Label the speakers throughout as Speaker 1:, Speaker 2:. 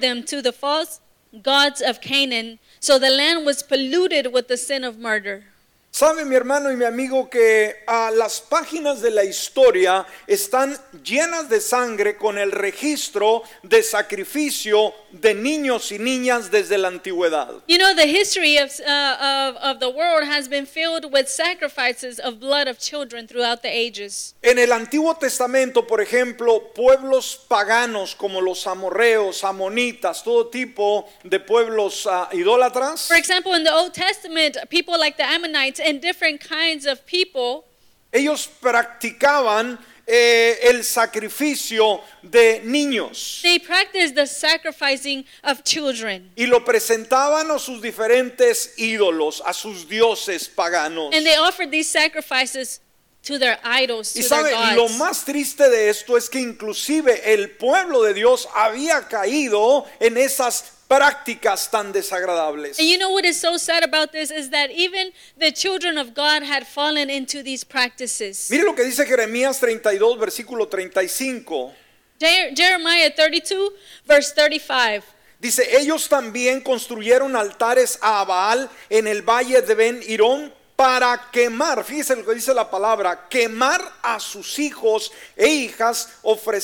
Speaker 1: them to the false gods of Canaan, so the land was polluted with the sin of murder.
Speaker 2: Sabe mi hermano y mi amigo que ah, las páginas de la historia están llenas de sangre con el registro de sacrificio de niños y niñas desde la antigüedad.
Speaker 1: You know, the history of, uh, of, of the world has been filled with sacrifices of blood of children throughout the ages.
Speaker 2: En el Antiguo Testamento, por ejemplo, pueblos paganos como los amorreos, amonitas, todo tipo de pueblos ah, idólatras,
Speaker 1: For example, in the Old Testament, people like the Ammonites and different kinds of people,
Speaker 2: ellos practicaban eh, el sacrificio de niños.
Speaker 1: they practiced the sacrificing of children.
Speaker 2: Y lo presentaban a sus diferentes ídolos, a sus dioses paganos.
Speaker 1: And they offered these sacrifices to their idols, to
Speaker 2: Y
Speaker 1: their
Speaker 2: sabe, lo
Speaker 1: gods.
Speaker 2: más triste de esto es que inclusive el pueblo de Dios había caído en esas prácticas tan desagradables.
Speaker 1: And you know what is so sad about this is that even the children of God had fallen into these practices.
Speaker 2: Mire lo que dice Jeremías 32, versículo 35.
Speaker 1: Jer- Jeremiah 32, verse 35.
Speaker 2: Dice, ellos también construyeron altares a Baal en el valle de Ben Irón para quemar, fíjese lo que dice la palabra, quemar a sus hijos e hijas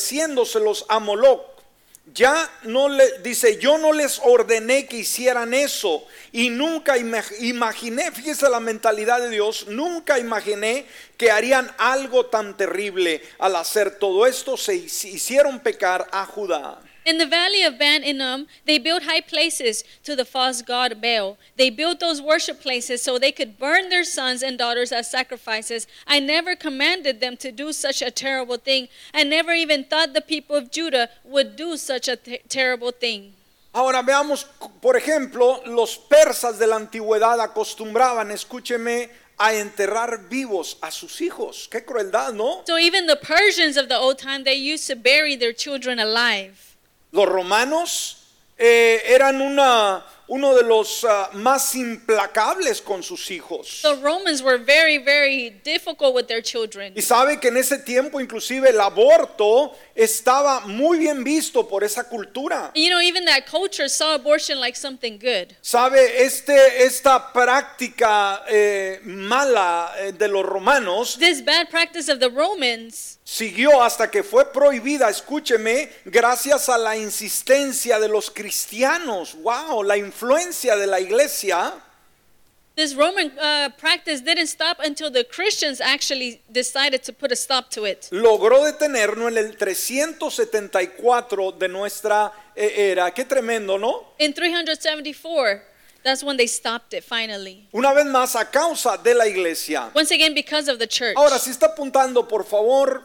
Speaker 2: ofreciéndoselos a Moloc. Ya no le dice, yo no les ordené que hicieran eso y nunca ima- imaginé, fíjese la mentalidad de Dios, nunca imaginé que harían algo tan terrible. Al hacer todo esto se hici- hicieron pecar a Judá.
Speaker 1: In the valley of Ben Inum, they built high places to the false god Baal. They built those worship places so they could burn their sons and daughters as sacrifices. I never commanded them to do such a terrible thing. I never even thought the people of Judah would do such a te- terrible thing.
Speaker 2: Ahora veamos, por ejemplo, los persas de la antigüedad acostumbraban, escúcheme, a enterrar vivos a sus hijos. Qué crueldad, ¿no?
Speaker 1: So even the Persians of the old time, they used to bury their children alive.
Speaker 2: Los romanos eh, eran una, uno de los ah, más implacables con sus hijos.
Speaker 1: The Romans were very, very difficult with their children.
Speaker 2: Y sabe que en ese tiempo inclusive el aborto estaba muy bien visto por esa cultura.
Speaker 1: You know, even that culture saw abortion like something good.
Speaker 2: Sabe, este, esta práctica eh, mala eh, de los romanos
Speaker 1: This bad practice of the Romans
Speaker 2: Siguió hasta que fue prohibida, escúcheme, gracias a la insistencia de los cristianos, wow, la influencia de la iglesia,
Speaker 1: This Roman uh, practice didn't stop until the Christians actually decided to put a stop to it.
Speaker 2: logró detenernos en el 374 de nuestra eh, era. Qué tremendo, ¿no?
Speaker 1: In 374, that's when they stopped it finally.
Speaker 2: Una vez más, a causa de la iglesia.
Speaker 1: Once again, because of the church.
Speaker 2: Ahora, si está apuntando, por favor,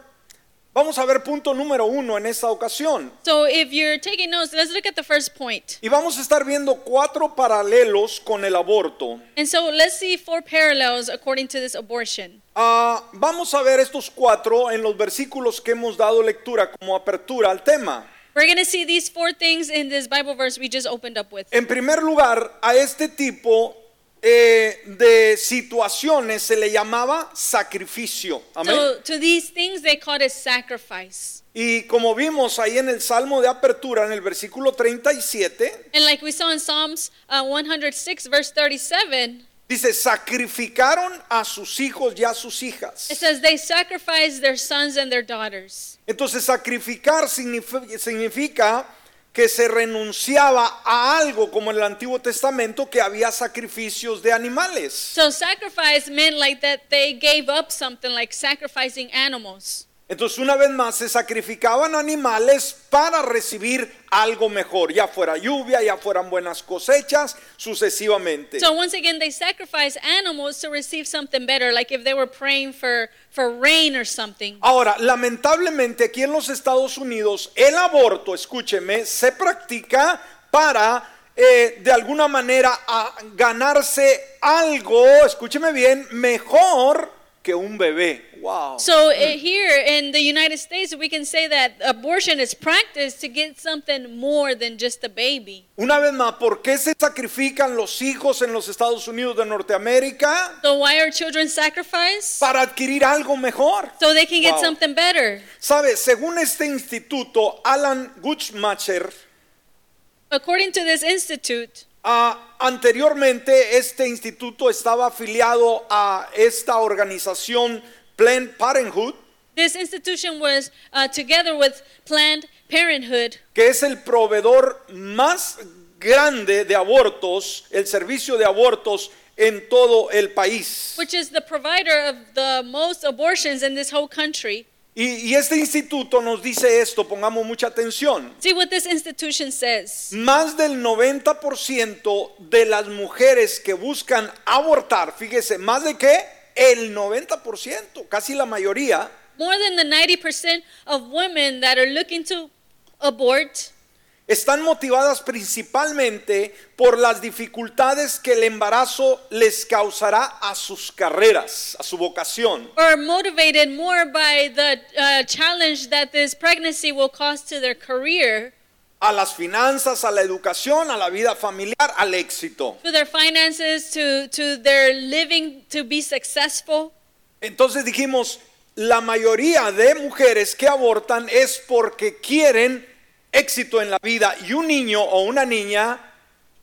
Speaker 2: vamos a ver punto número uno en esta ocasión.
Speaker 1: So if you're taking notes, let's look at the first point.
Speaker 2: Y vamos a estar viendo cuatro paralelos con el aborto.
Speaker 1: And so let's see four parallels according to this abortion.
Speaker 2: Ah, vamos a ver estos cuatro en los versículos que hemos dado lectura como apertura al tema.
Speaker 1: We're going to see these four things in this Bible verse we just opened up with.
Speaker 2: En primer lugar, a este tipo eh, de situaciones se le llamaba sacrificio. Amén.
Speaker 1: So to these things, they called it sacrifice.
Speaker 2: y como vimos ahí en el Salmo de Apertura, en el versículo 37,
Speaker 1: And like we saw in Psalms uh, 106, verse 37,
Speaker 2: dice, sacrificaron a sus hijos y a sus hijas.
Speaker 1: It says they sacrificed their sons and their daughters.
Speaker 2: Entonces sacrificar signif- significa que se renunciaba a algo como en el Antiguo Testamento que había sacrificios de animales.
Speaker 1: So sacrifice meant like that they gave up something like sacrificing animals.
Speaker 2: Entonces una vez más se sacrificaban animales para recibir algo mejor, ya fuera lluvia, ya fueran buenas cosechas, sucesivamente.
Speaker 1: So once again they sacrificed animals to receive something better like if they were praying for for rain or something.
Speaker 2: Ahora, lamentablemente aquí en los Estados Unidos el aborto, escúcheme, se practica para eh, de alguna manera a- ganarse algo, escúcheme bien, mejor que un bebé. Wow.
Speaker 1: So eh, here in the United States we can say that abortion is practiced to get something more than just a baby.
Speaker 2: Una vez más, ¿por qué se sacrifican los hijos en los Estados Unidos de Norteamérica?
Speaker 1: So why are children sacrificed?
Speaker 2: Para adquirir algo mejor.
Speaker 1: So they can get
Speaker 2: Wow.
Speaker 1: something better.
Speaker 2: Sabe, según este instituto, Alan Guttmacher,
Speaker 1: According to this institute,
Speaker 2: Ah, anteriormente este instituto estaba afiliado a esta organización Planned Parenthood,
Speaker 1: this institution was uh, together with Planned Parenthood,
Speaker 2: que es el proveedor más grande de abortos, el servicio de abortos en todo el país.
Speaker 1: which is the provider of the most abortions in this whole country.
Speaker 2: Y, y este instituto nos dice esto, pongamos mucha atención.
Speaker 1: See what this institution says.
Speaker 2: Más del 90% de las mujeres que buscan abortar, fíjese, más de que el 90%, casi la mayoría,
Speaker 1: More than the 90% of women that are looking to abort
Speaker 2: están motivadas principalmente por las dificultades que el embarazo les causará a sus carreras, a su vocación.
Speaker 1: are motivated more by the uh, challenge that this pregnancy will cause to their career,
Speaker 2: a las finanzas, a la educación, a la vida familiar, al éxito.
Speaker 1: to their finances, to, to their living to be successful.
Speaker 2: Entonces dijimos, la mayoría de mujeres que abortan es porque quieren éxito en la vida y un niño o una niña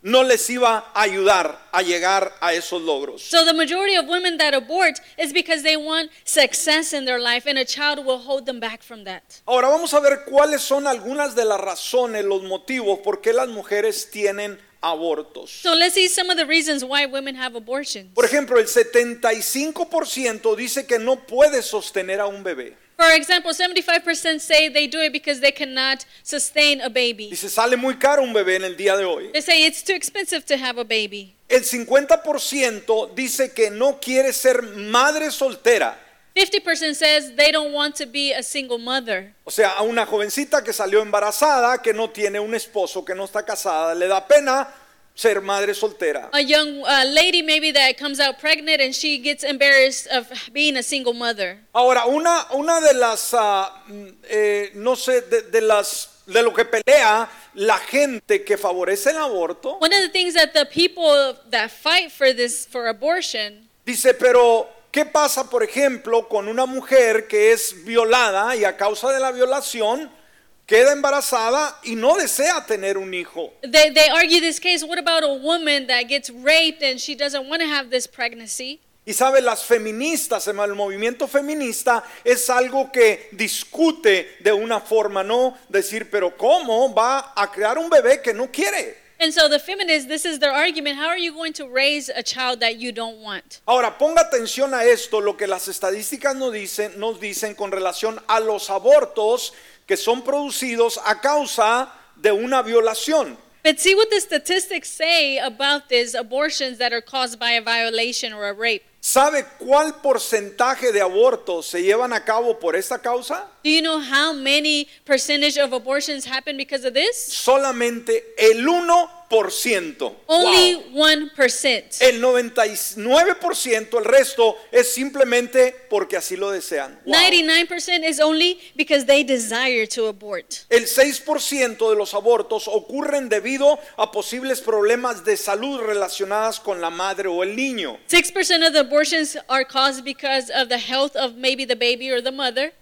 Speaker 2: no les iba a ayudar a llegar a esos logros.
Speaker 1: So the majority of women that abort is because they want success in their life and a child will hold them back from that.
Speaker 2: Ahora vamos a ver cuáles son algunas de las razones, los motivos por qué las mujeres tienen abortos.
Speaker 1: So let's see some of the reasons why women have abortions.
Speaker 2: Por ejemplo, el 75% dice que no puede sostener a un bebé.
Speaker 1: For example, 75% say they do it because they cannot sustain a baby.
Speaker 2: Dice, sale muy caro un bebé en el día de hoy.
Speaker 1: They say it's too expensive to have a baby.
Speaker 2: El 50% dice que no quiere ser madre soltera.
Speaker 1: 50% says they don't want to be a single mother.
Speaker 2: O sea, a una jovencita que salió embarazada, que no tiene un esposo, que no está casada, le da pena ser madre soltera.
Speaker 1: A young uh, lady maybe that comes out pregnant and she gets embarrassed of being a single mother.
Speaker 2: Ahora, una, una de las, ah, mm, eh, no sé, de, de las, de lo que pelea la gente que favorece el aborto,
Speaker 1: One of the things that the people that fight for this for abortion
Speaker 2: dice, pero ¿qué pasa, por ejemplo, con una mujer que es violada y a causa de la violación queda embarazada y no desea tener un hijo?
Speaker 1: they, they argue this case what about a woman that gets raped and she doesn't want to have this pregnancy
Speaker 2: Y sabe, las feministas, el movimiento feminista es algo que discute de una forma, ¿no? Decir, pero ¿cómo va a crear un bebé que no quiere?
Speaker 1: and so the feminists this is their argument how are you going to raise a child that you don't want
Speaker 2: Ahora, ponga atención a esto, lo que las estadísticas nos dicen, nos dicen con relación a los abortos que son producidos a causa de una violación.
Speaker 1: but see what the statistics say about these abortions that are caused by a violation or a rape
Speaker 2: ¿Sabe cuál porcentaje de abortos se llevan a cabo por esta causa?
Speaker 1: do you know how many percentage of abortions happen because of this
Speaker 2: Solamente el 1%.
Speaker 1: only
Speaker 2: Wow.
Speaker 1: 1%
Speaker 2: El 99%, el resto es simplemente porque así lo desean. Wow.
Speaker 1: 99% is only because they desire to abort
Speaker 2: El 6% de los abortos ocurren debido a posibles problemas de salud relacionadas con la madre o el niño.
Speaker 1: Six percent of the abortions are caused because of the health of maybe the baby or the mother.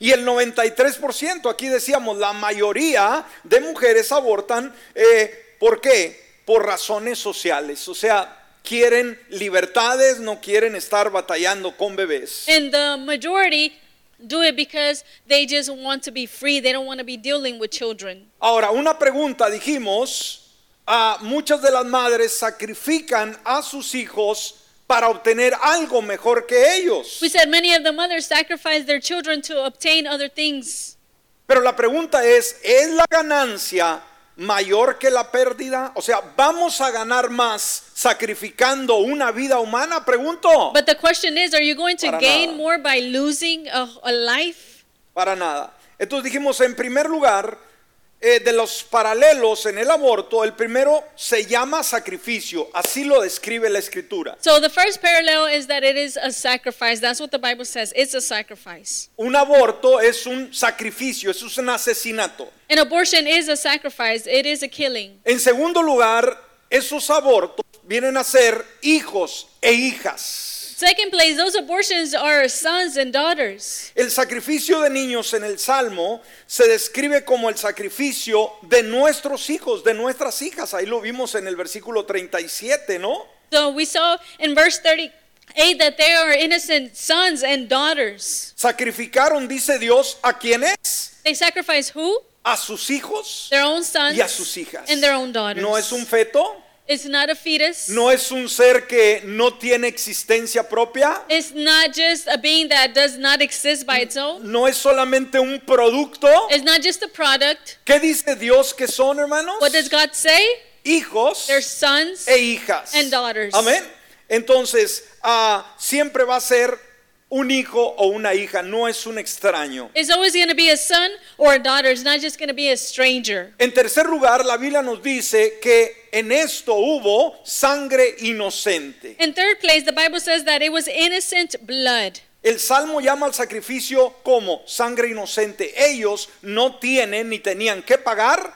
Speaker 2: Y el 93%, aquí decíamos, la mayoría de mujeres abortan, eh, ¿por qué? Por razones sociales, o sea, quieren libertades, no quieren estar batallando con bebés.
Speaker 1: And the majority do it because they just want to be free. They don't want to be dealing with children.
Speaker 2: Ahora, una pregunta, dijimos, a muchas de las madres sacrifican a sus hijos para obtener algo mejor que ellos.
Speaker 1: We said many of the mothers sacrifice their children to obtain other things.
Speaker 2: Pero la pregunta es, ¿es la ganancia mayor que la pérdida? O sea, ¿vamos a ganar más sacrificando una vida humana? Pregunto.
Speaker 1: But the question is, are you going to
Speaker 2: Para
Speaker 1: gain
Speaker 2: nada.
Speaker 1: more by losing a, a life?
Speaker 2: Para nada. Entonces dijimos, en primer lugar, eh, de los paralelos en el aborto, el primero se llama sacrificio, así lo describe la escritura.
Speaker 1: So the first parallel is that it is a sacrifice. That's what the Bible says. It's a sacrifice.
Speaker 2: Un aborto es un sacrificio, eso es un asesinato.
Speaker 1: An abortion is a sacrifice. It is a killing.
Speaker 2: En segundo lugar, esos abortos vienen a ser hijos e hijas.
Speaker 1: Second place, those abortions are sons and daughters.
Speaker 2: El sacrificio de niños en el Salmo se describe como el sacrificio de nuestros hijos, de nuestras hijas. Ahí lo vimos en el versículo 37, ¿no?
Speaker 1: So we saw in verse 38 that they are innocent sons and daughters.
Speaker 2: Sacrificaron, dice Dios, a quienes,
Speaker 1: They sacrifice who?
Speaker 2: a sus hijos
Speaker 1: Their own sons
Speaker 2: y a sus hijas.
Speaker 1: and their own daughters.
Speaker 2: No es un feto,
Speaker 1: it's not a fetus.
Speaker 2: no es un ser que no tiene existencia propia,
Speaker 1: It's not just a being that does not exist by its own.
Speaker 2: no es solamente un producto.
Speaker 1: It's not just a product.
Speaker 2: ¿Qué dice Dios que son, hermanos?
Speaker 1: What does God say?
Speaker 2: Hijos.
Speaker 1: They're sons.
Speaker 2: e hijas.
Speaker 1: And daughters.
Speaker 2: Amén. Entonces, ah, siempre va a ser un hijo o una hija, no es un extraño.
Speaker 1: It's always going to be a son or a daughter. It's not just going to be a stranger.
Speaker 2: En tercer lugar, la Biblia nos dice que en esto hubo sangre inocente.
Speaker 1: In third place, the Bible says that it was innocent blood.
Speaker 2: El Salmo llama al sacrificio como sangre inocente. Ellos no tienen ni tenían que pagar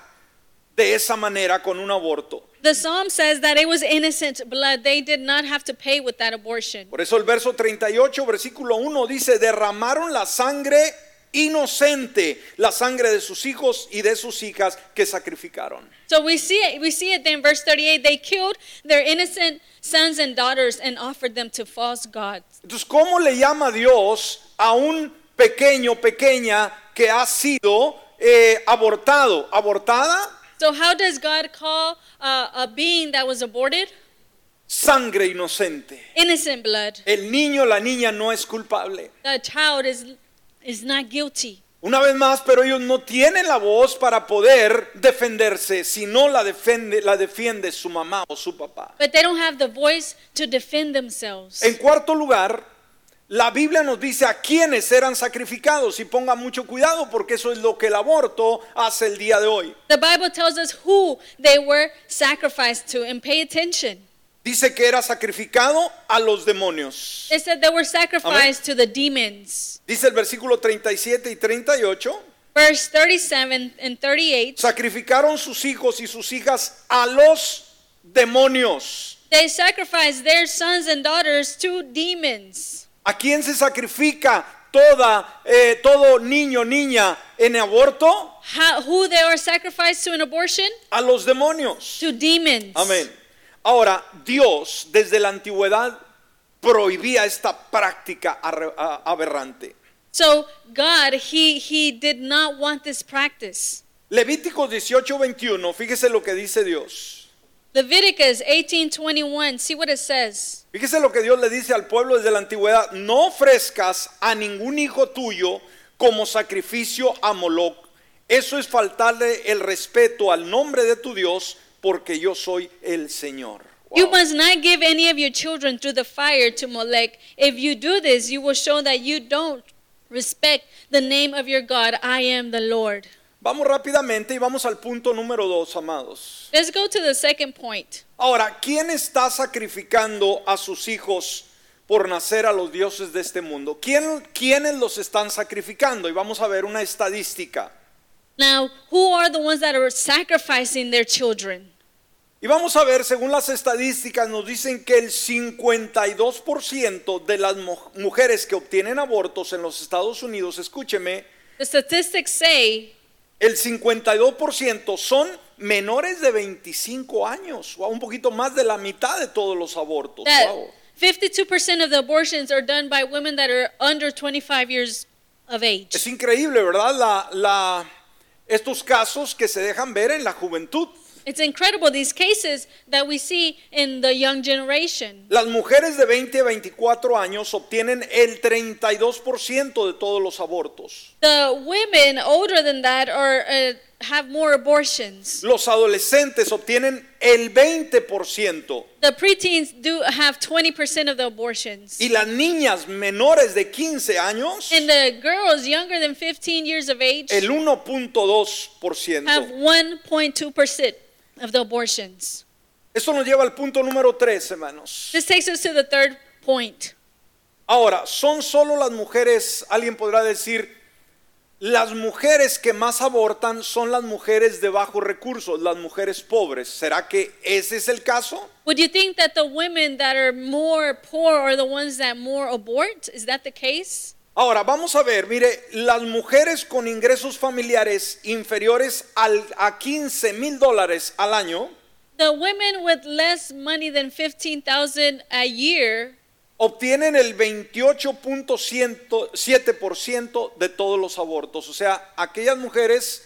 Speaker 2: de esa manera con un aborto.
Speaker 1: The psalm says that it was innocent blood. They did not have to pay with that abortion.
Speaker 2: Por eso el verso 38, versículo 1 dice, derramaron la sangre inocente, la sangre de sus hijos y de sus hijas que sacrificaron.
Speaker 1: So we see it. We see it then, verse 38. They killed their innocent sons and daughters and offered them to false gods.
Speaker 2: Entonces, ¿cómo le llama Dios a un pequeño, pequeña que ha sido eh, abortado? ¿Abortada?
Speaker 1: So how does God call uh, a being that was aborted
Speaker 2: Sangre inocente.
Speaker 1: innocent blood?
Speaker 2: El niño, la niña no es culpable.
Speaker 1: The child is is not guilty.
Speaker 2: Una vez más, pero ellos no tienen la voz para poder defenderse, si no la defiende, la defiende su mamá o su papá.
Speaker 1: But they don't have the voice to defend themselves.
Speaker 2: En cuarto lugar, la Biblia nos dice a quiénes eran sacrificados y ponga mucho cuidado porque eso es lo que el aborto hace el día de hoy.
Speaker 1: The Bible tells us who they were sacrificed to, and pay attention.
Speaker 2: Dice que era sacrificado a los demonios.
Speaker 1: It said they were sacrificed to the demons.
Speaker 2: Dice el versículo 37 y 38,
Speaker 1: Verse 37 and 38.
Speaker 2: sacrificaron sus hijos y sus hijas a los demonios.
Speaker 1: They sacrificed their sons and daughters to demons.
Speaker 2: ¿A quién se sacrifica toda, eh, todo niño, niña en aborto?
Speaker 1: How, who they are sacrificed to an abortion?
Speaker 2: A los demonios.
Speaker 1: To demons.
Speaker 2: Amén. Ahora, Dios desde la antigüedad prohibía esta práctica arre- a- aberrante.
Speaker 1: So God, he, he did not want this practice.
Speaker 2: Levíticos 18:21, fíjese lo que dice Dios.
Speaker 1: Leviticus 18:21. See what it says.
Speaker 2: Fíjese lo que Dios le dice al pueblo desde la antigüedad, no ofrezcas a ningún hijo tuyo como sacrificio a Moloc. Eso es faltarle el respeto al nombre de tu Dios, porque yo soy el Señor.
Speaker 1: You
Speaker 2: Wow.
Speaker 1: must not give any of your children through the fire to Molech. If you do this, you will show that you don't respect the name of your God. I am the Lord.
Speaker 2: Vamos rápidamente y vamos al punto número dos, amados.
Speaker 1: Let's go to the second point.
Speaker 2: Ahora, ¿quién está sacrificando a sus hijos por nacer a los dioses de este mundo? ¿Quién, ¿Quiénes los están sacrificando? Y vamos a ver una estadística.
Speaker 1: Now, who are the ones that are sacrificing their children?
Speaker 2: Y vamos a ver, según las estadísticas, nos dicen que el 52% de las mo- mujeres que obtienen abortos en los Estados Unidos, escúcheme,
Speaker 1: The statistics say
Speaker 2: el 52% son menores de 25 años, wow, un poquito más de la mitad de todos los abortos.
Speaker 1: that
Speaker 2: Oh, wow.
Speaker 1: 52% of the abortions are done by women that are under 25 years of age.
Speaker 2: Es increíble, ¿verdad? La, la- estos casos que se dejan ver en la juventud.
Speaker 1: It's incredible these cases that we see in the young generation.
Speaker 2: Las mujeres de 20 a 24 años obtienen el 32% de todos los abortos.
Speaker 1: The women older than that are uh, have more abortions.
Speaker 2: Los adolescentes obtienen el 20%.
Speaker 1: The preteens do have 20% of the abortions.
Speaker 2: Y las niñas menores de 15 años,
Speaker 1: And the girls younger than 15 years of age
Speaker 2: el
Speaker 1: have
Speaker 2: 1.2%.
Speaker 1: 1.2% of the abortions.
Speaker 2: Esto nos lleva al punto número 3, hermanos.
Speaker 1: This takes us to the third point.
Speaker 2: Ahora, son solo las mujeres, alguien podrá decir, Las mujeres que más abortan son las mujeres de bajos recursos, las mujeres pobres. ¿Será que ese es el caso?
Speaker 1: Would you think that the women that are more poor are the ones that more abort? Is that the case?
Speaker 2: Ahora vamos a ver, mire, las mujeres con ingresos familiares inferiores al- a 15 mil dólares al año
Speaker 1: The women with less money than 15,000 a year
Speaker 2: obtienen el 28.7% de todos los abortos. O sea, aquellas mujeres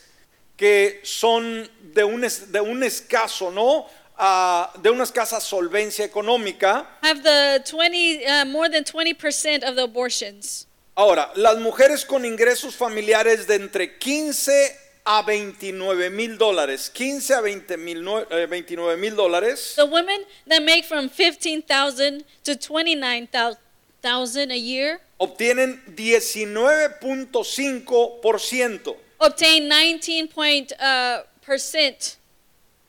Speaker 2: que son de un, es- de un escaso, ¿no? Ah, de una escasa solvencia económica.
Speaker 1: have the 20 uh, more than 20% of the abortions.
Speaker 2: Ahora, las mujeres con ingresos familiares de entre 15 a 29 mil dólares, 15 a 20 mil nue- eh, 29 mil dólares,
Speaker 1: The women that make from 15,000 to 29,000 a year
Speaker 2: obtienen 19.5%.
Speaker 1: obtain 19% uh, percent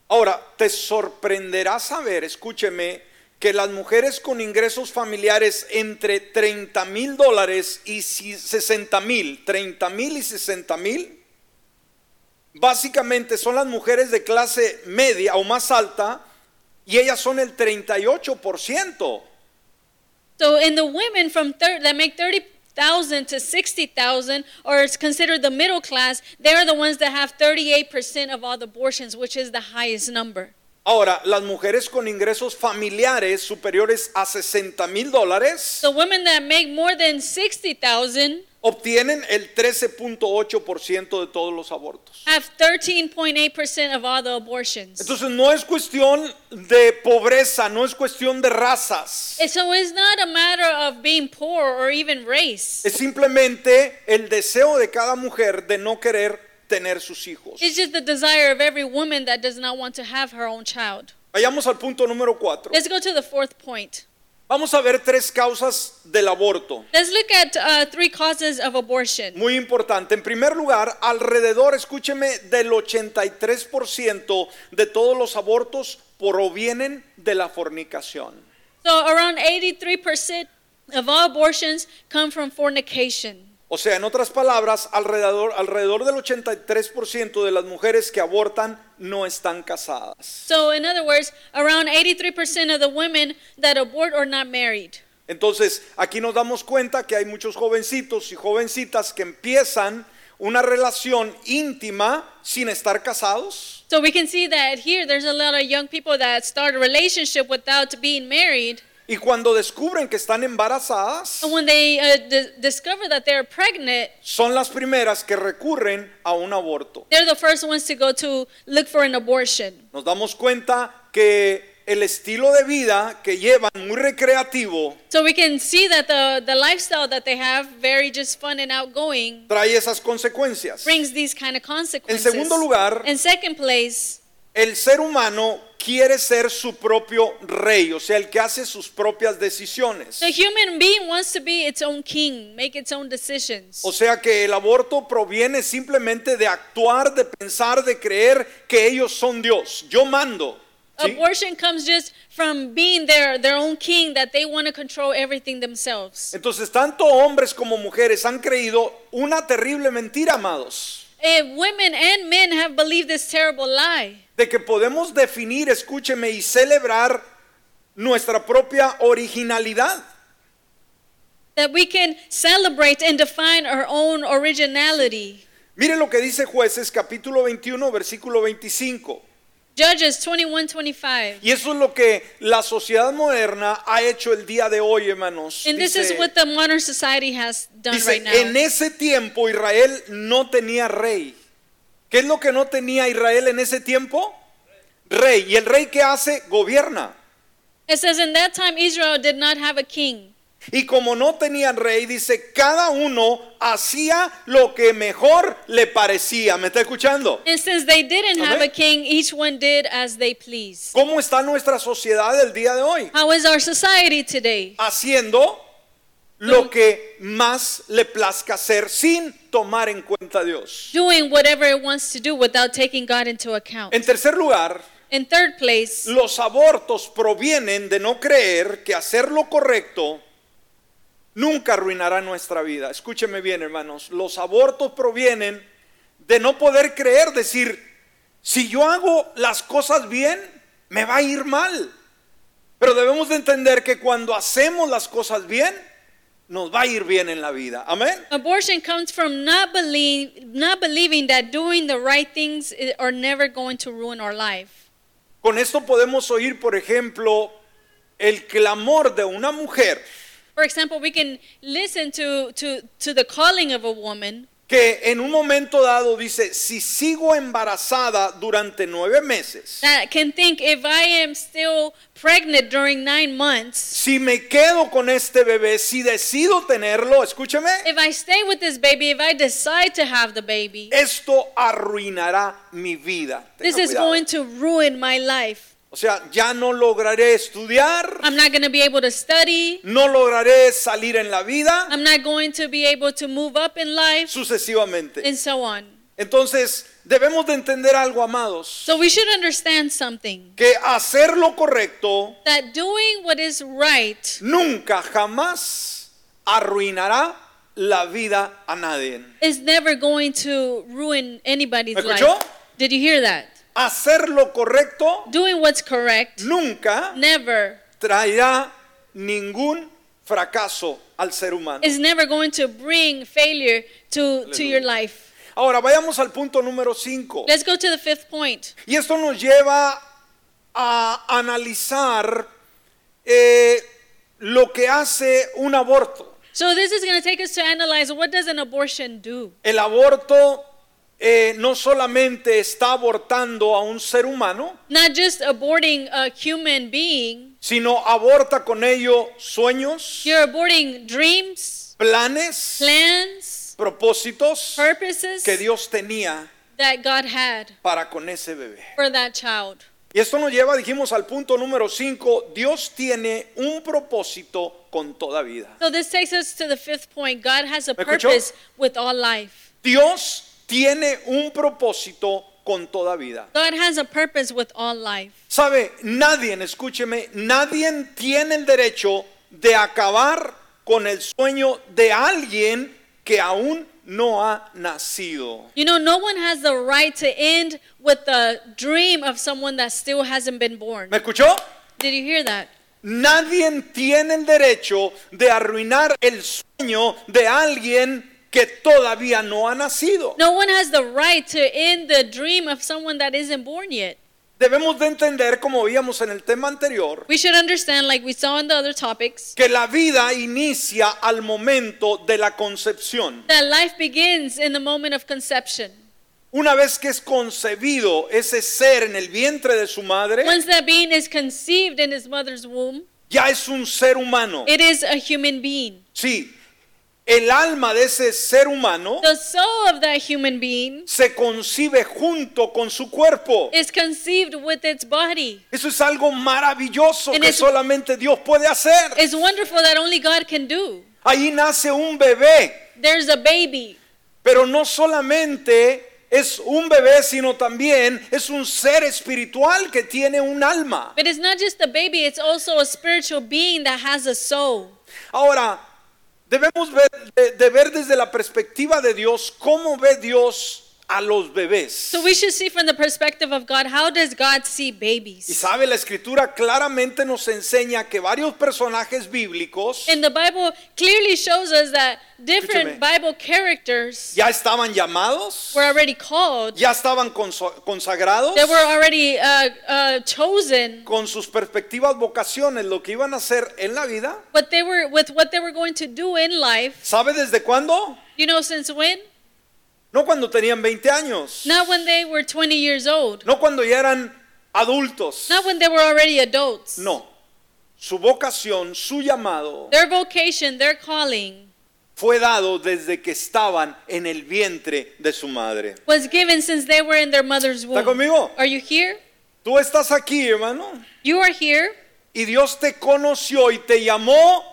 Speaker 2: Ahora, te sorprenderá saber, escúcheme, que las mujeres con ingresos familiares entre 30 mil dólares y si- 60 mil, 30 mil y 60 mil, básicamente son las mujeres de clase media o más alta y ellas son el 38%.
Speaker 1: So in the women from thir- that make 30,000 to 60,000 or it's considered the middle class, they are the ones that have 38% of all the abortions, which is the highest number.
Speaker 2: Ahora, las mujeres con ingresos familiares superiores a 60 mil dólares
Speaker 1: The women that make more than 60,000
Speaker 2: obtienen el 13.8% de todos los abortos.
Speaker 1: have 13.8% of all the abortions.
Speaker 2: Entonces no es cuestión de pobreza, no es cuestión de razas.
Speaker 1: And so it's not a matter of being poor or even race.
Speaker 2: Es simplemente el deseo de cada mujer de no querer tener sus hijos.
Speaker 1: It's just the desire of every woman that does not want to have her own child.
Speaker 2: Vayamos al punto número 4.
Speaker 1: Let's go to the fourth point.
Speaker 2: Vamos a ver tres causas del aborto.
Speaker 1: Let's look at uh, three causes of abortion.
Speaker 2: Muy importante. En primer lugar, alrededor, escúcheme, del 83% de todos los abortos provienen de la fornicación.
Speaker 1: So around 83% of all abortions come from fornication.
Speaker 2: O sea, en otras palabras, alrededor, alrededor del 83% de las mujeres que abortan no están casadas.
Speaker 1: So in other words, around 83% of the women that abort are not married.
Speaker 2: Entonces, aquí nos damos cuenta que hay muchos jovencitos y jovencitas que empiezan una relación íntima sin estar casados.
Speaker 1: So we can see that here there's a lot of young people that start a relationship without being married.
Speaker 2: Y cuando descubren que están embarazadas,
Speaker 1: And when they uh, d- discover that they're pregnant,
Speaker 2: son las primeras que recurren a un aborto.
Speaker 1: they're the first ones to go to look for an abortion.
Speaker 2: Nos damos cuenta que el estilo de vida que llevan, muy recreativo,
Speaker 1: So we can see that the, the lifestyle that they have, very just fun and outgoing,
Speaker 2: trae esas consecuencias.
Speaker 1: brings these kind of consequences.
Speaker 2: segundo lugar-
Speaker 1: in second place,
Speaker 2: El ser humano quiere ser su propio rey, o sea, el que hace sus propias decisiones.
Speaker 1: The human being wants to be its own king, make its own decisions.
Speaker 2: O sea que el aborto proviene simplemente de actuar, de pensar, de creer que ellos son Dios. Yo mando. ¿sí?
Speaker 1: Abortion comes just from being their, their own king that they want to control everything themselves.
Speaker 2: Entonces, tanto hombres como mujeres han creído una terrible mentira, amados,
Speaker 1: And women and men have believed this terrible lie
Speaker 2: de que podemos definir, escúcheme, y celebrar nuestra propia originalidad.
Speaker 1: that we can celebrate and define our own originality.
Speaker 2: Mire lo que dice Jueces capítulo 21, versículo 25.
Speaker 1: Judges 21 25.
Speaker 2: Y eso es lo que la sociedad moderna ha hecho el día de hoy, hermanos.
Speaker 1: And this
Speaker 2: Dice-
Speaker 1: is what the modern society has done
Speaker 2: Dice,
Speaker 1: right
Speaker 2: en
Speaker 1: now.
Speaker 2: ese tiempo Israel no tenía rey. ¿Qué es lo que no tenía Israel en ese tiempo? Rey. ¿Y el rey que hace? Gobierna.
Speaker 1: It says, In that time, Israel did not have a king.
Speaker 2: Y como no tenían rey, dice, cada uno hacía lo que mejor le parecía. ¿Me está escuchando?
Speaker 1: And since they didn't have
Speaker 2: Amen.
Speaker 1: a king, each one did as they pleased.
Speaker 2: ¿Cómo está nuestra sociedad el día de hoy?
Speaker 1: How is our society today?
Speaker 2: Haciendo lo que más le plazca hacer sin tomar en cuenta a Dios.
Speaker 1: Doing whatever it wants to do without taking God into account.
Speaker 2: En tercer lugar,
Speaker 1: In third place,
Speaker 2: Los abortos provienen de no creer que hacer lo correcto nunca arruinará nuestra vida. Escúcheme bien, hermanos. Los abortos provienen de no poder creer, decir, si yo hago las cosas bien, me va a ir mal. Pero debemos de entender que cuando hacemos las cosas bien, nos va a ir bien en la vida. Amén.
Speaker 1: Abortion comes from not believe, not believing that doing the right things i- are never going to ruin our life.
Speaker 2: Con esto podemos oír, por ejemplo, el clamor de una mujer
Speaker 1: For example, we can listen to, to, to the calling of a woman
Speaker 2: que en un momento dado dice, si sigo embarazada durante nueve meses,
Speaker 1: that can think if I am still pregnant during nine months,
Speaker 2: si me quedo con este bebé, si decido tenerlo, escúcheme,
Speaker 1: if I stay with this baby, if I decide to have the baby,
Speaker 2: esto arruinará mi vida. Tenga
Speaker 1: this is
Speaker 2: cuidado.
Speaker 1: going to ruin my life.
Speaker 2: O sea, ya no lograré estudiar,
Speaker 1: I'm not going to be able to study.
Speaker 2: no lograré salir en la vida,
Speaker 1: I'm not going to be able to move up in life
Speaker 2: sucesivamente.
Speaker 1: and so on.
Speaker 2: Entonces, debemos de entender algo, amados,
Speaker 1: So we should understand something
Speaker 2: que hacer lo correcto
Speaker 1: that doing what is right
Speaker 2: nunca, jamás arruinará la vida a nadie.
Speaker 1: is never going to ruin
Speaker 2: ¿Me
Speaker 1: anybody's
Speaker 2: escuchó?
Speaker 1: life. Did you hear that?
Speaker 2: Hacer lo correcto
Speaker 1: Doing what's correct
Speaker 2: nunca
Speaker 1: never
Speaker 2: traerá ningún fracaso al ser humano.
Speaker 1: is never going to bring failure to, to your life.
Speaker 2: Ahora vayamos al punto número 5.
Speaker 1: Let's go to the fifth point.
Speaker 2: Y esto nos lleva a analizar eh, lo que hace un aborto.
Speaker 1: So this is going to take us to analyze what does an abortion do?
Speaker 2: El aborto eh, no solamente está abortando a un ser humano,
Speaker 1: Not just aborting a human being,
Speaker 2: sino aborta con ello sueños,
Speaker 1: you're aborting dreams,
Speaker 2: planes,
Speaker 1: plans,
Speaker 2: propósitos
Speaker 1: purposes
Speaker 2: que Dios tenía
Speaker 1: that God had
Speaker 2: para con ese bebé.
Speaker 1: for that child.
Speaker 2: Y esto nos lleva, dijimos, al punto número 5, Dios tiene un propósito con toda vida.
Speaker 1: So this takes us to the fifth point. God has a
Speaker 2: ¿Me escuchó?
Speaker 1: purpose with all life.
Speaker 2: Dios tiene un propósito con toda vida.
Speaker 1: God has a purpose with all life.
Speaker 2: Sabe, nadie, escúcheme, nadie tiene el derecho de acabar con el sueño de alguien que aún no ha nacido.
Speaker 1: You know, no one has the right to end with the dream of someone that still hasn't been born.
Speaker 2: ¿Me escuchó?
Speaker 1: Did you hear that?
Speaker 2: Nadie tiene el derecho de arruinar el sueño de alguien que todavía no ha nacido.
Speaker 1: No one has the right to end the dream of someone that isn't born yet.
Speaker 2: Debemos de entender, como veíamos en el tema anterior,
Speaker 1: We should understand, like we saw in the other topics,
Speaker 2: que la vida inicia al momento de la concepción.
Speaker 1: that life begins in the moment of conception.
Speaker 2: Una vez que es concebido ese ser en el vientre de su madre,
Speaker 1: Once that being is conceived in his mother's womb,
Speaker 2: ya es un ser humano.
Speaker 1: it is a human being.
Speaker 2: Sí, el alma de ese ser humano
Speaker 1: The soul of that human being
Speaker 2: se concibe junto con su cuerpo.
Speaker 1: is conceived with its body.
Speaker 2: Eso es algo maravilloso
Speaker 1: En
Speaker 2: que
Speaker 1: eso-
Speaker 2: solamente Dios puede hacer.
Speaker 1: It's wonderful that only God can do.
Speaker 2: Ahí nace un bebé,
Speaker 1: There's a baby.
Speaker 2: pero no solamente es un bebé, sino también es un ser espiritual que tiene un alma.
Speaker 1: But it's not just a baby, it's also a spiritual being that has a soul.
Speaker 2: Ahora, debemos ver, de, de ver desde la perspectiva de Dios cómo ve Dios a los bebés.
Speaker 1: So we should see from the perspective of God how does God see
Speaker 2: Y
Speaker 1: babies?
Speaker 2: sabe, la escritura claramente nos enseña que varios personajes bíblicos
Speaker 1: And the Bible clearly shows us that different
Speaker 2: Escúchame.
Speaker 1: Bible characters
Speaker 2: ya estaban llamados,
Speaker 1: were already called,
Speaker 2: ya estaban conso- consagrados
Speaker 1: they were already uh, uh, chosen,
Speaker 2: con sus perspectivas vocaciones, lo que iban a hacer en la vida.
Speaker 1: but they were with what they were going to do in life.
Speaker 2: ¿Sabe desde cuándo?
Speaker 1: You know, since when?
Speaker 2: No cuando tenían 20 años,
Speaker 1: Not when they were 20 years old,
Speaker 2: no cuando ya eran adultos.
Speaker 1: not when they were already adults.
Speaker 2: No, su vocación, su llamado
Speaker 1: Their vocation, their calling
Speaker 2: fue dado desde que estaban en el vientre de su madre.
Speaker 1: was given since they were in their mother's womb.
Speaker 2: ¿Está conmigo?
Speaker 1: Are you here?
Speaker 2: Tú estás aquí, hermano.
Speaker 1: You are here.
Speaker 2: Y Dios te conoció y te llamó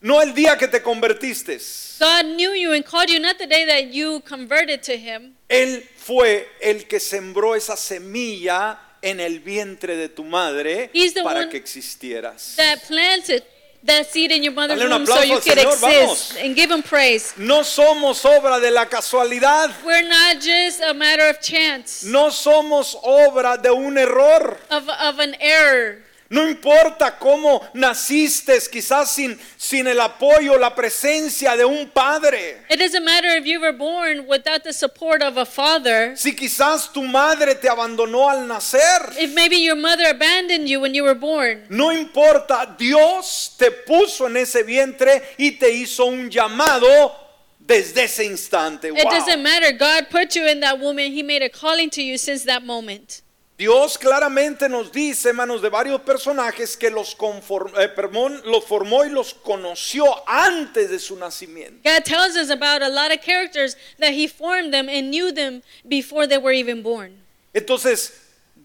Speaker 2: no el día que te convertiste.
Speaker 1: God knew you and called you not the day that you converted to him.
Speaker 2: Él fue el que sembró esa semilla en el vientre de tu madre
Speaker 1: He's the
Speaker 2: para
Speaker 1: one
Speaker 2: que existieras.
Speaker 1: that planted that seed in your mother's
Speaker 2: Dale un
Speaker 1: womb so
Speaker 2: aplauso
Speaker 1: you
Speaker 2: al
Speaker 1: could
Speaker 2: Señor,
Speaker 1: exist
Speaker 2: vamos.
Speaker 1: and give him praise.
Speaker 2: No somos obra de la casualidad.
Speaker 1: We're not just a matter of chance,
Speaker 2: No somos obra de un error.
Speaker 1: of, of an error.
Speaker 2: No importa cómo naciste, quizás sin, sin el apoyo, la presencia de un padre.
Speaker 1: It doesn't matter if you were born without the support of a father.
Speaker 2: Si quizás tu madre te abandonó al nacer.
Speaker 1: If maybe your mother abandoned you when you were born.
Speaker 2: No importa, Dios te puso en ese vientre y te hizo un llamado desde ese instante.
Speaker 1: It
Speaker 2: Wow.
Speaker 1: doesn't matter. God put you in that woman. He made a calling to you since that moment.
Speaker 2: Dios claramente nos dice, hermanos, de varios personajes que los, conform- eh, perdón, los formó y los conoció antes de su nacimiento.
Speaker 1: God tells us about a lot of characters that He formed them and knew them before they were even born.
Speaker 2: Entonces,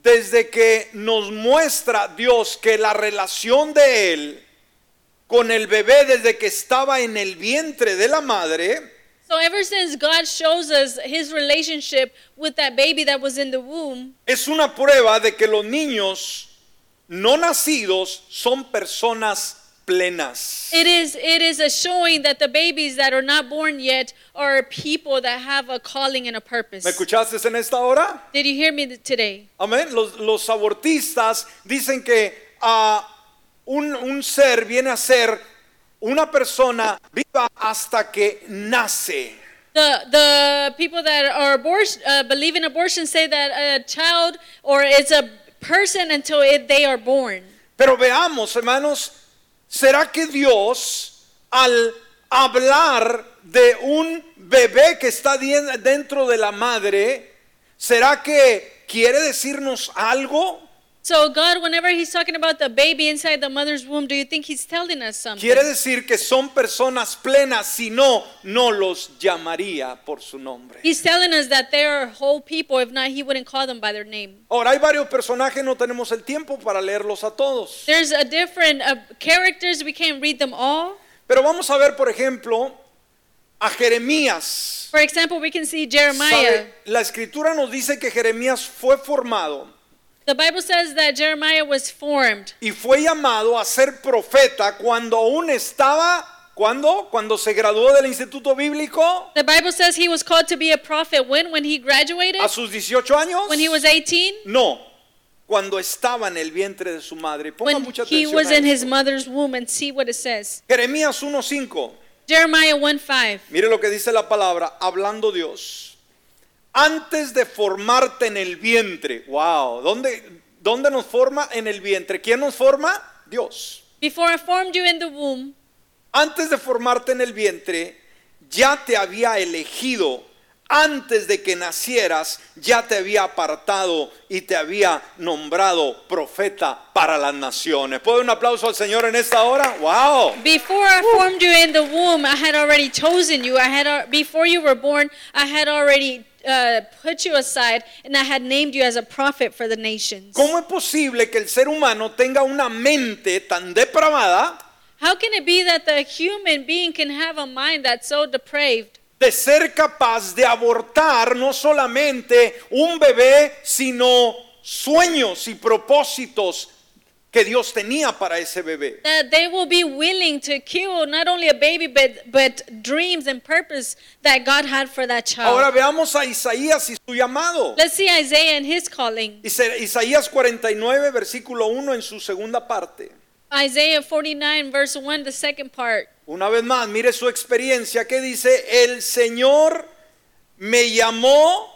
Speaker 2: desde que nos muestra Dios que la relación de Él con el bebé desde que estaba en el vientre de la madre,
Speaker 1: So, ever since God shows us His relationship with that baby that was in the womb,
Speaker 2: es una prueba de que los niños no nacidos son personas plenas.
Speaker 1: it is, it is a showing that the babies that are not born yet are people that have a calling and a purpose.
Speaker 2: ¿Me escuchaste en esta hora?
Speaker 1: Did you hear me th- today?
Speaker 2: Amén. Los, los abortistas dicen que ah, un, un ser viene a ser una persona viva hasta que nace.
Speaker 1: The, the people that are abort- uh, believe in abortion say that a child or it's a person until it, they are born.
Speaker 2: Pero veamos, hermanos, ¿será que Dios al hablar de un bebé que está dien- dentro de la madre, ¿será que quiere decirnos algo?
Speaker 1: So God, whenever He's talking about the baby inside the mother's womb, do you think He's telling us something?
Speaker 2: Quiere decir que son personas plenas, si no, no los llamaría por su nombre.
Speaker 1: He's telling us that they are whole people. If not, He wouldn't call them by their name.
Speaker 2: Ahora, hay varios personajes, no tenemos el tiempo para leerlos a todos.
Speaker 1: There's a different uh, characters. We can't read them all.
Speaker 2: Pero vamos a ver, por ejemplo, a Jeremías.
Speaker 1: For example, we can see Jeremiah.
Speaker 2: Sabe, La escritura nos dice que Jeremías fue formado
Speaker 1: The Bible says that Jeremiah was formed.
Speaker 2: y fue llamado a ser profeta cuando aún estaba, cuando Cuando se graduó del instituto bíblico
Speaker 1: The Bible says he was called to be a prophet when when he graduated,
Speaker 2: a sus 18 años.
Speaker 1: when he was 18,
Speaker 2: No, cuando estaba en el vientre de su madre. Y Ponga
Speaker 1: when
Speaker 2: mucha
Speaker 1: he
Speaker 2: atención.
Speaker 1: was
Speaker 2: a
Speaker 1: in his
Speaker 2: esto.
Speaker 1: mother's womb and see what it says.
Speaker 2: Jeremías 1:5.
Speaker 1: Jeremiah 1:5.
Speaker 2: Mire lo que dice la palabra, hablando Dios. Antes de formarte en el vientre. Wow, ¿dónde dónde nos forma en el vientre? ¿Quién nos forma? Dios.
Speaker 1: Before I formed you in the womb,
Speaker 2: antes de formarte en el vientre, ya te había elegido. Antes de que nacieras, ya te había apartado y te había nombrado profeta para las naciones. ¿Puedo un aplauso al Señor en esta hora? ¡Wow!
Speaker 1: Before I formed you in the womb, I had already chosen you. I had al- before you were born, I had already uh, put you aside, and I had named you as a prophet for the nations.
Speaker 2: ¿Cómo es posible que el ser humano tenga una mente tan depravada
Speaker 1: How can it be that the human being can have a mind that's so depraved
Speaker 2: de ser capaz de abortar no solamente un bebé, sino sueños y propósitos que Dios tenía para ese bebé?
Speaker 1: that they will be willing to kill not only a baby but but dreams and purpose that God had for that child?
Speaker 2: Ahora veamos a Isaías y su llamado.
Speaker 1: Let's see Isaiah and his calling.
Speaker 2: Isa- Isaías 49, versículo 1 en su segunda parte.
Speaker 1: Isaiah 49 verse 1, the second part.
Speaker 2: Una vez más, mire su experiencia que dice, el Señor me llamó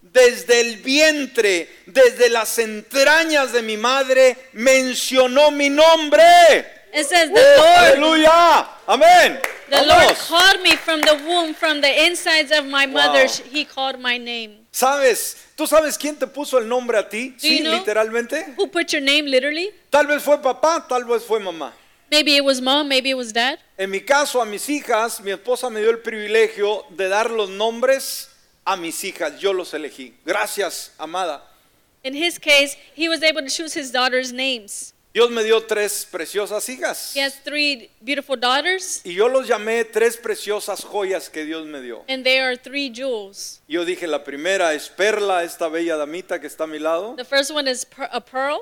Speaker 2: desde el vientre, desde las entrañas de mi madre, mencionó mi nombre.
Speaker 1: It says
Speaker 2: ¡Oh,
Speaker 1: the Lord
Speaker 2: aleluya, amén.
Speaker 1: The Lord
Speaker 2: Vamos.
Speaker 1: called me from the womb, from the insides of my mother. He called my name.
Speaker 2: ¿Sabes? ¿Tú sabes quién te puso el nombre a ti? Sí,
Speaker 1: you know?
Speaker 2: literalmente.
Speaker 1: Who put your name literally?
Speaker 2: Tal vez fue papá, tal vez fue mamá.
Speaker 1: Maybe it was mom, maybe it was dad.
Speaker 2: En mi caso, a mis hijas, mi esposa me dio el privilegio de dar los nombres a mis hijas. Yo los elegí. Gracias, amada.
Speaker 1: In his case, he was able to choose his daughter's names.
Speaker 2: Dios me dio tres preciosas hijas.
Speaker 1: He has three beautiful daughters,
Speaker 2: Y yo los llamé tres preciosas joyas que Dios me dio.
Speaker 1: and they are three jewels.
Speaker 2: Yo dije, la primera es Perla, esta bella damita que está a mi lado.
Speaker 1: The first one is per- a pearl,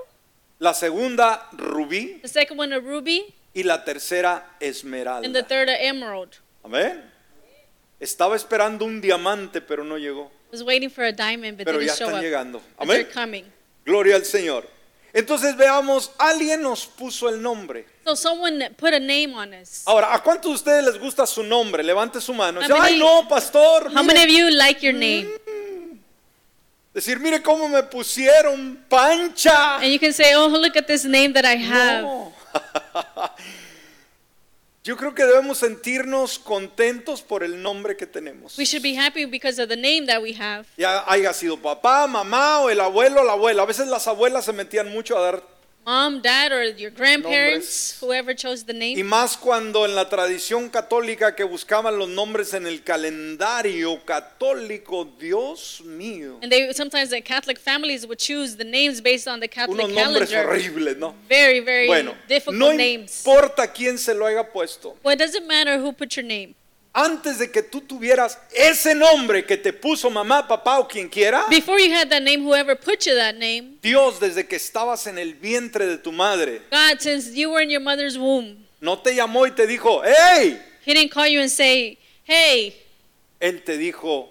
Speaker 2: La segunda, Rubí.
Speaker 1: the second one a ruby,
Speaker 2: y la tercera
Speaker 1: and the
Speaker 2: esmeralda.
Speaker 1: third an emerald.
Speaker 2: Amén. Estaba esperando un diamante, pero no llegó.
Speaker 1: I was waiting for a diamond, but
Speaker 2: Pero ya
Speaker 1: didn't show
Speaker 2: están
Speaker 1: up.
Speaker 2: llegando.
Speaker 1: But
Speaker 2: Amén.
Speaker 1: they're coming.
Speaker 2: Gloria al Señor. Entonces veamos, alguien nos puso el nombre.
Speaker 1: So someone put a name on us.
Speaker 2: Ahora, ¿a cuántos de ustedes les gusta su nombre? Levante su mano.
Speaker 1: How
Speaker 2: Dice,
Speaker 1: many-
Speaker 2: Ay, no, pastor.
Speaker 1: How
Speaker 2: mire".
Speaker 1: many of you like your name?
Speaker 2: Mm-hmm. Decir, mire cómo me pusieron pancha.
Speaker 1: And you can say, oh, look at this name that I have.
Speaker 2: No. Yo creo que debemos sentirnos contentos por el nombre que tenemos.
Speaker 1: We should be happy because of the name that we have.
Speaker 2: Ya haya sido papá, mamá o el abuelo o la abuela. A veces las abuelas se metían mucho a dar.
Speaker 1: Mom, dad, or your grandparents, whoever chose the
Speaker 2: Y
Speaker 1: name.
Speaker 2: más cuando en la tradición católica que buscaban los nombres en el calendario católico, Dios mío.
Speaker 1: And they sometimes the Catholic families would choose the names based on the
Speaker 2: Unos
Speaker 1: Catholic
Speaker 2: nombres
Speaker 1: calendar.
Speaker 2: horribles, ¿no?
Speaker 1: Very, very
Speaker 2: Bueno,
Speaker 1: difficult
Speaker 2: no
Speaker 1: names.
Speaker 2: importa quién se lo haya puesto.
Speaker 1: Well, it doesn't matter who put your name.
Speaker 2: Antes de que tú tuvieras ese nombre que te puso mamá, papá o quien quiera,
Speaker 1: Before you had that name, whoever put you that name,
Speaker 2: Dios desde que estabas en el vientre de tu madre,
Speaker 1: God, since you were in your mother's womb,
Speaker 2: no te llamó y te dijo, ¡Hey!
Speaker 1: He didn't call you and say, hey,
Speaker 2: Él te dijo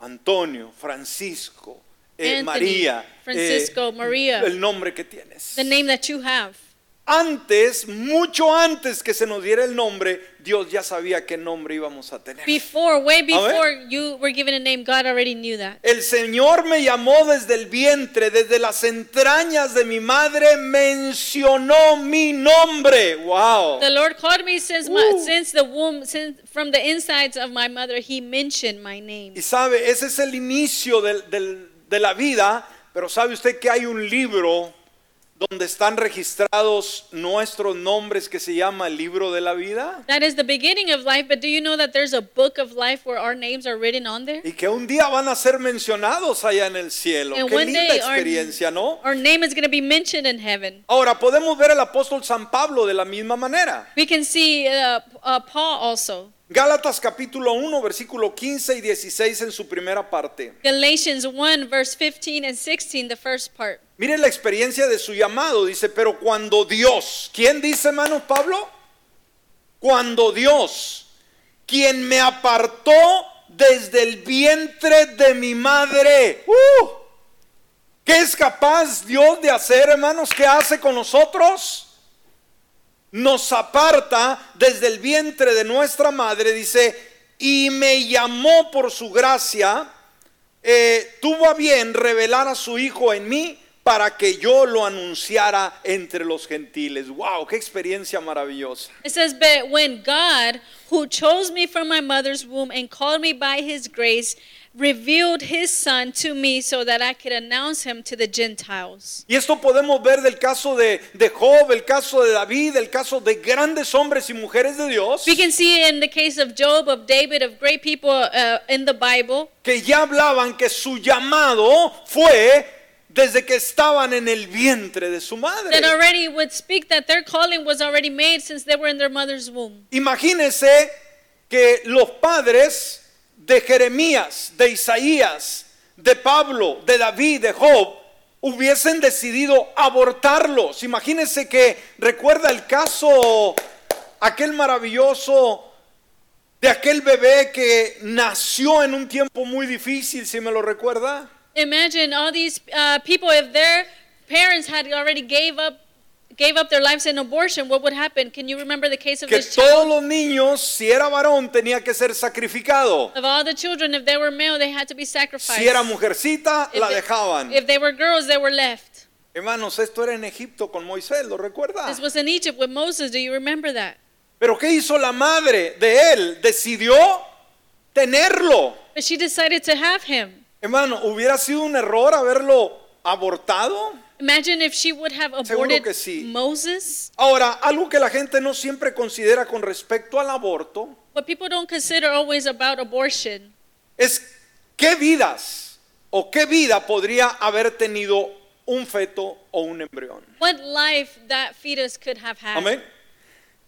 Speaker 2: Antonio, Francisco, eh,
Speaker 1: Anthony,
Speaker 2: María, eh,
Speaker 1: Francisco, María.
Speaker 2: el nombre que tienes.
Speaker 1: the name that you have.
Speaker 2: Antes, mucho antes que se nos diera el nombre, Dios ya sabía qué nombre íbamos a tener.
Speaker 1: Before, way before
Speaker 2: Amén.
Speaker 1: you were given a name, God already knew that.
Speaker 2: El Señor me llamó desde el vientre, desde las entrañas de mi madre, mencionó mi nombre. Wow.
Speaker 1: The Lord called me since my,
Speaker 2: Woo.
Speaker 1: since the womb, since from the insides of my mother, He mentioned my name.
Speaker 2: Y sabe, ese es el inicio del- del- de la vida, pero sabe usted que hay un libro donde están registrados nuestros nombres que se llama el libro de la vida
Speaker 1: That is the beginning of life, but do you know that there's a book of life where our names are written on there?
Speaker 2: y que un día van a ser mencionados allá en el cielo.
Speaker 1: And
Speaker 2: Qué
Speaker 1: one
Speaker 2: linda
Speaker 1: day our-
Speaker 2: experiencia, ¿no?
Speaker 1: Our name is going to be mentioned in heaven.
Speaker 2: Ahora podemos ver al apóstol San Pablo de la misma manera.
Speaker 1: We can see uh, uh, Paul also.
Speaker 2: Gálatas capítulo 1, versículo 15 y 16 en su primera parte.
Speaker 1: Galatians 1, verse 15 and 16, the first part.
Speaker 2: Mire la experiencia de su llamado, dice, pero cuando Dios, ¿quién dice, hermano Pablo? Cuando Dios, quien me apartó desde el vientre de mi madre, ¡uh! ¿qué es capaz Dios de hacer, hermanos? ¿Qué hace con nosotros? Nos aparta desde el vientre de nuestra madre, dice, y me llamó por su gracia eh, tuvo a bien revelar a su hijo en mí para que yo lo anunciara entre los gentiles. ¡Wow! ¡Qué experiencia maravillosa!
Speaker 1: It says, But when God, who chose me from my mother's womb and called me by his grace, revealed his son to me so that I could announce him to the Gentiles.
Speaker 2: Y esto podemos ver del caso de, de Job, el caso de David, el caso de grandes hombres y mujeres de Dios,
Speaker 1: We can see in the case of Job, of David, of great people uh, in the Bible,
Speaker 2: que ya hablaban que su llamado fue desde que estaban en el vientre de su madre.
Speaker 1: that already would speak that their calling was already made since they were in their mother's womb.
Speaker 2: Imagínense que los padres de Jeremías, de Isaías, de Pablo, de David, de Job, hubiesen decidido abortarlos. Imagínense que recuerda el caso, aquel maravilloso de aquel bebé que nació en un tiempo muy difícil, si me lo recuerda.
Speaker 1: Imagine all these uh, people, if their parents had already gave up, gave up their lives in abortion, what would happen? Can you remember the case of
Speaker 2: Que
Speaker 1: this child?
Speaker 2: todos los niños, si era varón, tenía que ser sacrificado.
Speaker 1: Of all the children, if they were male, they had to be sacrificed.
Speaker 2: Si era mujercita,
Speaker 1: if,
Speaker 2: la
Speaker 1: they,
Speaker 2: dejaban.
Speaker 1: if they were girls, they were left.
Speaker 2: Hermanos, esto era en Egipto con Moisés, ¿lo recuerda?
Speaker 1: This was in Egypt with Moses. Do you remember that?
Speaker 2: Pero ¿qué hizo la madre de él? Decidió tenerlo.
Speaker 1: But she decided to have him.
Speaker 2: Hermano, ¿hubiera sido un error haberlo abortado?
Speaker 1: Imagine if she would have aborted
Speaker 2: que sí.
Speaker 1: Moses.
Speaker 2: Ahora, algo que la gente no siempre considera con respecto al aborto
Speaker 1: What people don't consider always about abortion
Speaker 2: es qué vidas o qué vida podría haber tenido un feto o un embrión.
Speaker 1: what life that fetus could have had.
Speaker 2: Amén.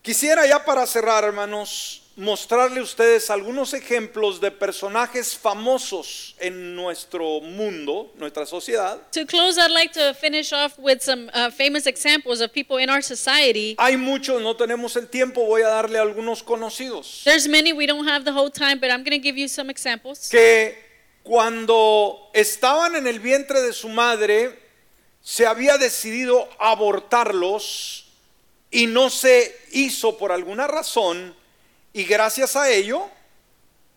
Speaker 2: Quisiera ya para cerrar, hermanos, mostrarle a ustedes algunos ejemplos de personajes famosos en nuestro mundo, nuestra sociedad.
Speaker 1: To close, I'd like to finish off with some uh, famous examples of people in our society.
Speaker 2: Hay muchos, no tenemos el tiempo, voy a darle algunos conocidos.
Speaker 1: There's many we don't have the whole time, but I'm going to give you some examples.
Speaker 2: Que cuando estaban en el vientre de su madre, se había decidido abortarlos y no se hizo por alguna razón y gracias a ello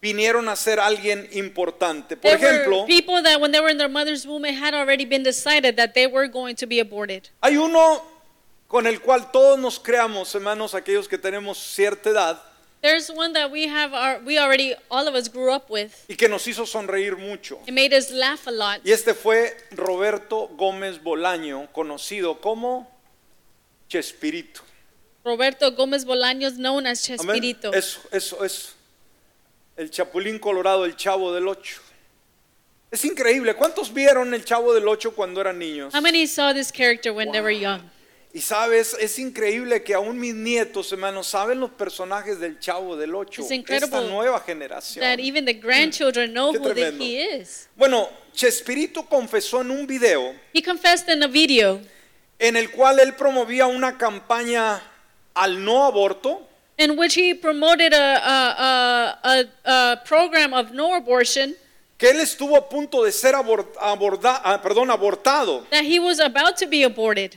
Speaker 2: vinieron a ser alguien importante. Por
Speaker 1: There
Speaker 2: ejemplo,
Speaker 1: were people that when they were in their mother's womb, it had already been decided that they were going to be aborted.
Speaker 2: hay uno con el cual todos nos creamos, hermanos, aquellos que tenemos cierta edad
Speaker 1: There's one that we have, our, we already, all of us grew up with.
Speaker 2: y que nos hizo sonreír mucho.
Speaker 1: It made us laugh a lot.
Speaker 2: Y este fue Roberto Gómez Bolaño, conocido como Chespirito.
Speaker 1: Roberto Gomez Bolaños, known as
Speaker 2: Amén.
Speaker 1: Chespirito.
Speaker 2: Eso, eso, eso. El Chapulín Colorado, el Chavo del Ocho. Es increíble. ¿Cuántos vieron el Chavo del Ocho cuando eran niños?
Speaker 1: How many saw this character when they were young?
Speaker 2: Y sabes, es increíble que aún mis nietos, hermanos, saben los personajes del Chavo del Ocho.
Speaker 1: It's
Speaker 2: Esta
Speaker 1: incredible
Speaker 2: nueva generación.
Speaker 1: That even the grandchildren know
Speaker 2: Mm. Qué
Speaker 1: who that
Speaker 2: tremendo.
Speaker 1: he is.
Speaker 2: Bueno, Chespirito confesó en un video
Speaker 1: He confessed in a video
Speaker 2: en el cual él promovía una campaña al no aborto
Speaker 1: in which he promoted a, a, a, a, a program of no abortion
Speaker 2: que él estuvo a punto de ser abor- aborda- ah, perdón, abortado.
Speaker 1: that he was about to be aborted.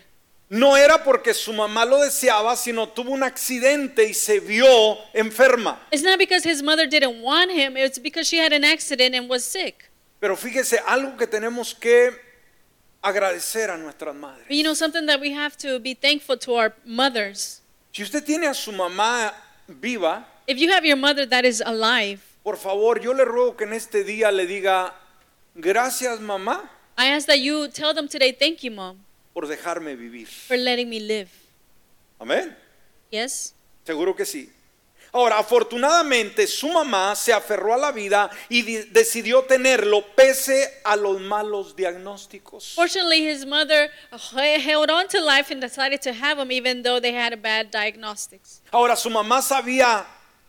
Speaker 2: No era porque su mamá lo deseaba, sino tuvo un accidente y se vio enferma.
Speaker 1: It's not because his mother didn't want him, it's because she had an accident and was sick.
Speaker 2: Pero fíjese, algo que tenemos que agradecer a nuestras madres.
Speaker 1: But you know, something that we have to be thankful to our mothers.
Speaker 2: Si usted tiene a su mamá viva,
Speaker 1: If you have your mother that is alive,
Speaker 2: por favor, yo le ruego que en este día le diga, gracias mamá
Speaker 1: I ask that you tell them today, thank you, mom,
Speaker 2: por dejarme vivir.
Speaker 1: for letting me live.
Speaker 2: Amén.
Speaker 1: Yes?
Speaker 2: Seguro que sí. Ahora, afortunadamente, su mamá se aferró a la vida y di- decidió tenerlo pese a los malos diagnósticos.
Speaker 1: Fortunately, his mother h- held on to life and decided to have him, even though they had a bad diagnostics.
Speaker 2: Ahora, su mamá sabía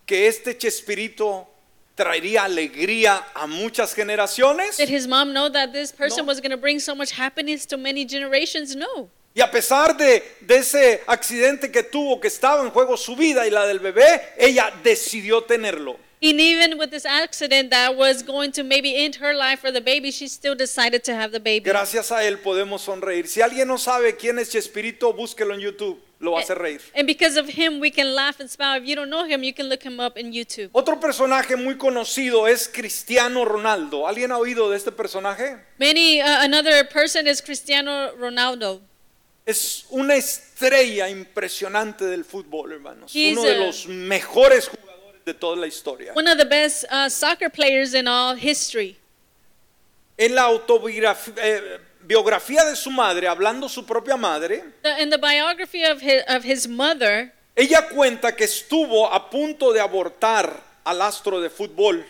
Speaker 2: que este Chespirito traería alegría a muchas generaciones
Speaker 1: Did his mom know that this person
Speaker 2: No.
Speaker 1: was going to bring so much happiness to many generations? No.
Speaker 2: y a pesar de, de ese accidente que tuvo, que estaba en juego su vida y la del bebé, ella decidió tenerlo.
Speaker 1: And even with this accident that was going to maybe end her life for the baby, she still decided to have the baby.
Speaker 2: Gracias a él podemos sonreír. Si alguien no sabe quién es Chespirito, búsquelo en YouTube, lo va a hacer reír.
Speaker 1: And because of him, we can laugh and smile. If you don't know him, you can look him up in YouTube.
Speaker 2: Otro personaje muy conocido es Cristiano Ronaldo. ¿Alguien ha oído de este personaje?
Speaker 1: Many uh, another person is Cristiano Ronaldo.
Speaker 2: Es una estrella impresionante del fútbol, hermanos.
Speaker 1: He's
Speaker 2: Uno de
Speaker 1: a-
Speaker 2: los mejores jugadores de toda la historia.
Speaker 1: One of the best uh, soccer players in all history.
Speaker 2: En la autobiografía biografía de su madre, hablando su propia madre,
Speaker 1: The, in the biography of his, of his mother,
Speaker 2: ella cuenta que estuvo a punto de abortar al astro de fútbol.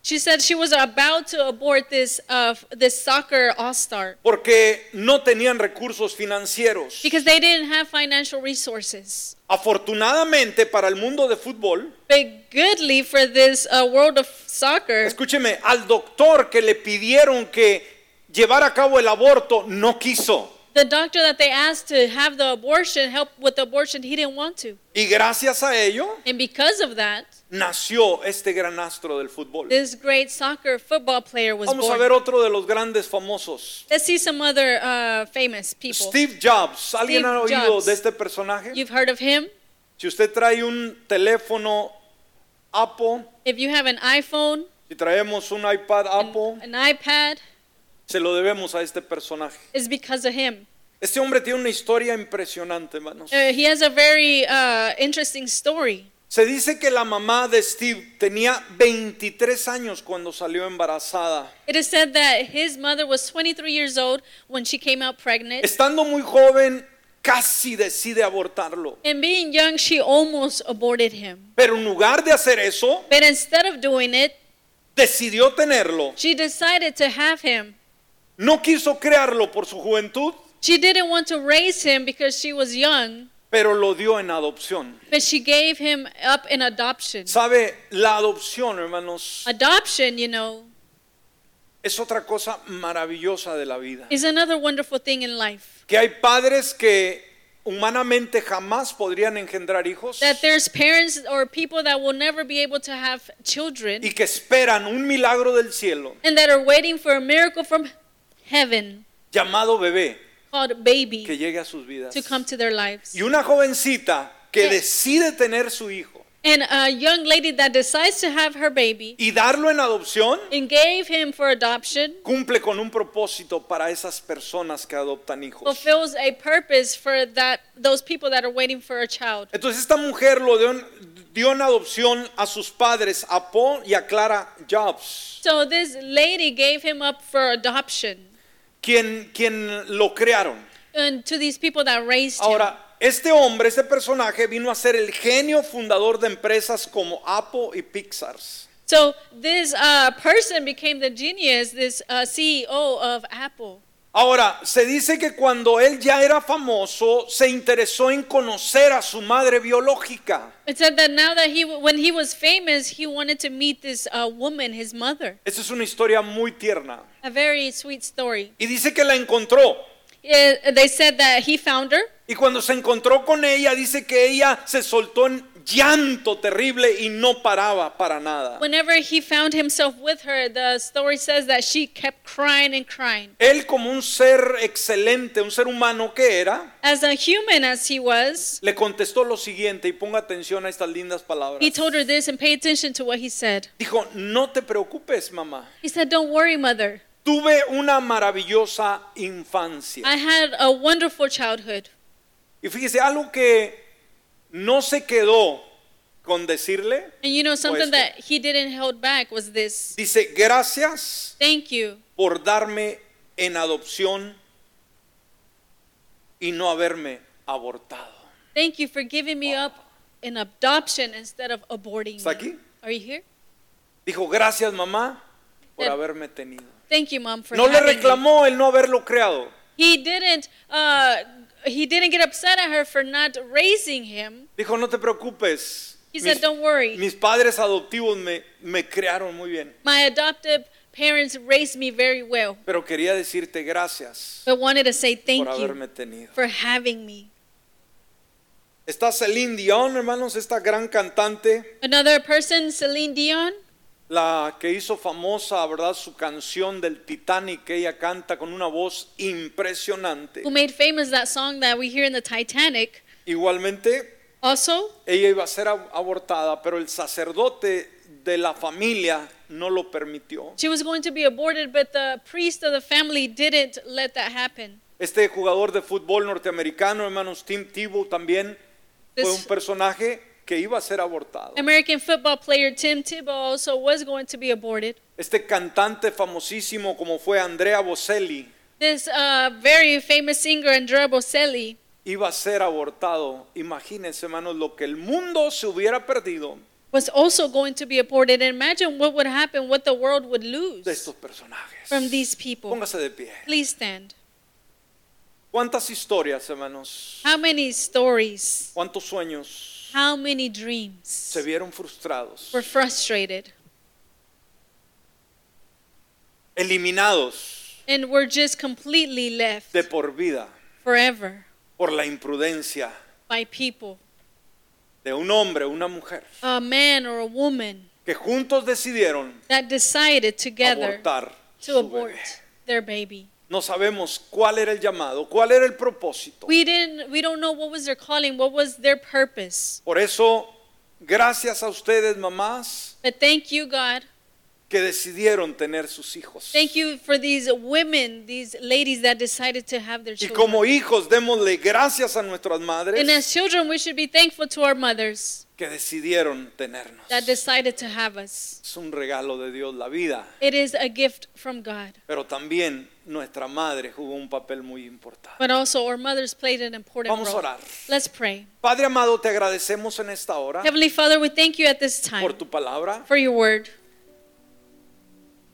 Speaker 1: she said she was about to abort this uh, this soccer all star
Speaker 2: Porque no tenían recursos financieros.
Speaker 1: because they didn't have financial resources.
Speaker 2: Afortunadamente para el mundo de fútbol,
Speaker 1: But goodly for this uh, world of soccer,
Speaker 2: Escúcheme, al doctor que le pidieron que llevara a cabo el aborto no quiso.
Speaker 1: the doctor that they asked to have the abortion help with the abortion, he didn't want to,
Speaker 2: Y gracias a ello
Speaker 1: and because of that,
Speaker 2: nació este gran astro del fútbol.
Speaker 1: this great soccer football player was
Speaker 2: Vamos a
Speaker 1: born.
Speaker 2: ver otro de los grandes famosos.
Speaker 1: Let's see some other uh, famous people.
Speaker 2: Steve Jobs. ¿Alguien
Speaker 1: Steve
Speaker 2: ha oído
Speaker 1: Jobs.
Speaker 2: de este personaje?
Speaker 1: You've heard of him.
Speaker 2: Si usted trae un teléfono Apple,
Speaker 1: If you have an iPhone,
Speaker 2: si traemos un iPad
Speaker 1: an,
Speaker 2: Apple,
Speaker 1: an iPad,
Speaker 2: se lo debemos a este personaje.
Speaker 1: it's because of him.
Speaker 2: Este hombre tiene una historia impresionante, hermanos.
Speaker 1: Uh, he has a very uh, interesting story.
Speaker 2: Se dice que la mamá de Steve tenía 23 años cuando salió embarazada.
Speaker 1: It is said that his mother was 23 years old when she came out pregnant,
Speaker 2: Estando muy joven, casi decide abortarlo.
Speaker 1: and being young, she almost aborted him.
Speaker 2: Pero en lugar de hacer eso,
Speaker 1: But instead of doing it,
Speaker 2: decidió tenerlo.
Speaker 1: she decided to have him.
Speaker 2: No quiso crearlo por su juventud,
Speaker 1: She didn't want to raise him because she was young,
Speaker 2: pero lo dio en adopción.
Speaker 1: But she gave him up in adoption.
Speaker 2: ¿Sabe? La adopción, hermanos,
Speaker 1: Adoption, you know,
Speaker 2: es otra cosa maravillosa de la vida.
Speaker 1: is another wonderful thing in life.
Speaker 2: Que hay padres que humanamente jamás podrían engendrar hijos
Speaker 1: That there's parents or people that will never be able to have children
Speaker 2: y que esperan un milagro del cielo
Speaker 1: and that are waiting for a miracle from heaven
Speaker 2: llamado bebé
Speaker 1: called
Speaker 2: que
Speaker 1: baby
Speaker 2: llegue a sus vidas.
Speaker 1: to come to their lives.
Speaker 2: Y una jovencita que
Speaker 1: Sí.
Speaker 2: decide tener su hijo
Speaker 1: And a young lady that decides to have her baby
Speaker 2: y darlo en adopción
Speaker 1: and gave him for adoption
Speaker 2: cumple con un propósito para esas personas que adoptan hijos.
Speaker 1: fulfills a purpose for that those people that are waiting for a child.
Speaker 2: Entonces esta mujer lo dio, en- dio en adopción a sus padres, a Paul y a Clara Jobs,
Speaker 1: So this lady gave him up for adoption
Speaker 2: quien, quien lo crearon.
Speaker 1: and to these people that raised him.
Speaker 2: Ahora, este hombre, este personaje vino a ser el genio fundador de empresas como Apple y Pixar.
Speaker 1: So this uh, person became the genius, this uh, CEO of Apple.
Speaker 2: Ahora, se dice que cuando él ya era famoso, se interesó en conocer a su madre biológica.
Speaker 1: It said that now that he, when he was famous, he wanted to meet this uh, woman, his mother.
Speaker 2: Esa es una historia muy tierna.
Speaker 1: A very sweet story.
Speaker 2: Y dice que la encontró.
Speaker 1: Uh, they said that he found her.
Speaker 2: Y cuando se encontró con ella, dice que ella se soltó en llanto terrible y no paraba para nada.
Speaker 1: Whenever he found himself with her, the story says that she kept crying and crying.
Speaker 2: Él como un ser excelente, un ser humano que era,
Speaker 1: As a human as he was,
Speaker 2: le contestó lo siguiente y ponga atención a estas lindas palabras.
Speaker 1: he told her this and pay attention to what he said.
Speaker 2: Dijo, no te preocupes, mamá.
Speaker 1: He said, Don't worry, mother.
Speaker 2: Tuve una maravillosa infancia.
Speaker 1: I had a wonderful childhood.
Speaker 2: Y fíjese, algo que no se quedó con decirle,
Speaker 1: And you know, something
Speaker 2: esto.
Speaker 1: that he didn't hold back was this
Speaker 2: dice, gracias
Speaker 1: Thank you
Speaker 2: por darme en adopción y no haberme abortado.
Speaker 1: Thank you for giving me up in adoption instead of aborting
Speaker 2: ¿Está
Speaker 1: me.
Speaker 2: aquí?
Speaker 1: Are you here?
Speaker 2: Dijo, gracias mamá por
Speaker 1: Pero-
Speaker 2: haberme tenido.
Speaker 1: Thank you, mom, for
Speaker 2: No le
Speaker 1: having me.
Speaker 2: reclamó el no haberlo creado.
Speaker 1: He didn't. Uh, he didn't get upset at her for not raising him.
Speaker 2: Dijo, no te preocupes.
Speaker 1: He said, "Don't worry.
Speaker 2: mis padres adoptivos me, me crearon muy bien,
Speaker 1: My adoptive parents raised me very well,
Speaker 2: pero quería decirte gracias
Speaker 1: but wanted to say thank
Speaker 2: por
Speaker 1: you
Speaker 2: haberme tenido.
Speaker 1: for having me.
Speaker 2: Está Celine Dion, hermanos, esta gran cantante,
Speaker 1: Another person, Celine Dion.
Speaker 2: la que hizo famosa, ¿verdad? Su canción del Titanic, que ella canta con una voz impresionante.
Speaker 1: who made famous that song that we hear in the Titanic.
Speaker 2: Igualmente,
Speaker 1: Also,
Speaker 2: ella iba a ser ab- abortada, pero el sacerdote de la familia no lo permitió.
Speaker 1: she was going to be aborted, but the priest of the family didn't let that happen.
Speaker 2: Este jugador de fútbol norteamericano, hermanos, Tim Tebow también fue
Speaker 1: This-
Speaker 2: un personaje que iba a ser abortado.
Speaker 1: American football player Tim Tebow also was going to be aborted.
Speaker 2: Este cantante famosísimo como fue Andrea Bocelli
Speaker 1: This uh, very famous singer Andrea Bocelli
Speaker 2: iba a ser abortado. Imagínense, hermanos, lo que el mundo se hubiera perdido
Speaker 1: was also going to be aborted. And imagine what would happen, what the world would
Speaker 2: de estos
Speaker 1: lose
Speaker 2: personajes.
Speaker 1: from these people.
Speaker 2: Póngase de pie.
Speaker 1: Please stand.
Speaker 2: ¿Cuántas historias, hermanos?
Speaker 1: How many stories,
Speaker 2: ¿Cuántos sueños
Speaker 1: how many dreams
Speaker 2: se vieron frustrados?
Speaker 1: were frustrated
Speaker 2: Eliminados
Speaker 1: and were just completely left
Speaker 2: de por vida
Speaker 1: forever
Speaker 2: por la imprudencia
Speaker 1: by people,
Speaker 2: de un hombre, una mujer,
Speaker 1: a man or a woman
Speaker 2: que juntos decidieron
Speaker 1: that decided together
Speaker 2: abortar
Speaker 1: to
Speaker 2: su
Speaker 1: abort
Speaker 2: bebé.
Speaker 1: their baby.
Speaker 2: No sabemos cuál era el llamado, cuál era el propósito.
Speaker 1: We didn't we don't know what was their calling, what was their purpose.
Speaker 2: Por eso, gracias a ustedes, mamás,
Speaker 1: But thank you God.
Speaker 2: que decidieron tener sus hijos.
Speaker 1: Thank you for these women, these ladies that decided to have their
Speaker 2: Y
Speaker 1: children.
Speaker 2: como hijos, démosle gracias a nuestras
Speaker 1: And
Speaker 2: madres
Speaker 1: as children, we should be thankful to our mothers
Speaker 2: que decidieron tenernos.
Speaker 1: that decided to have us.
Speaker 2: Es un regalo de Dios la vida,
Speaker 1: It is a gift from God.
Speaker 2: pero también nuestra madre jugó un papel muy importante.
Speaker 1: But also our mothers played an important
Speaker 2: Vamos a
Speaker 1: role.
Speaker 2: orar.
Speaker 1: Let's pray.
Speaker 2: Padre amado, te agradecemos en esta hora
Speaker 1: Heavenly Father, we thank you at this time
Speaker 2: por tu palabra.
Speaker 1: for your word.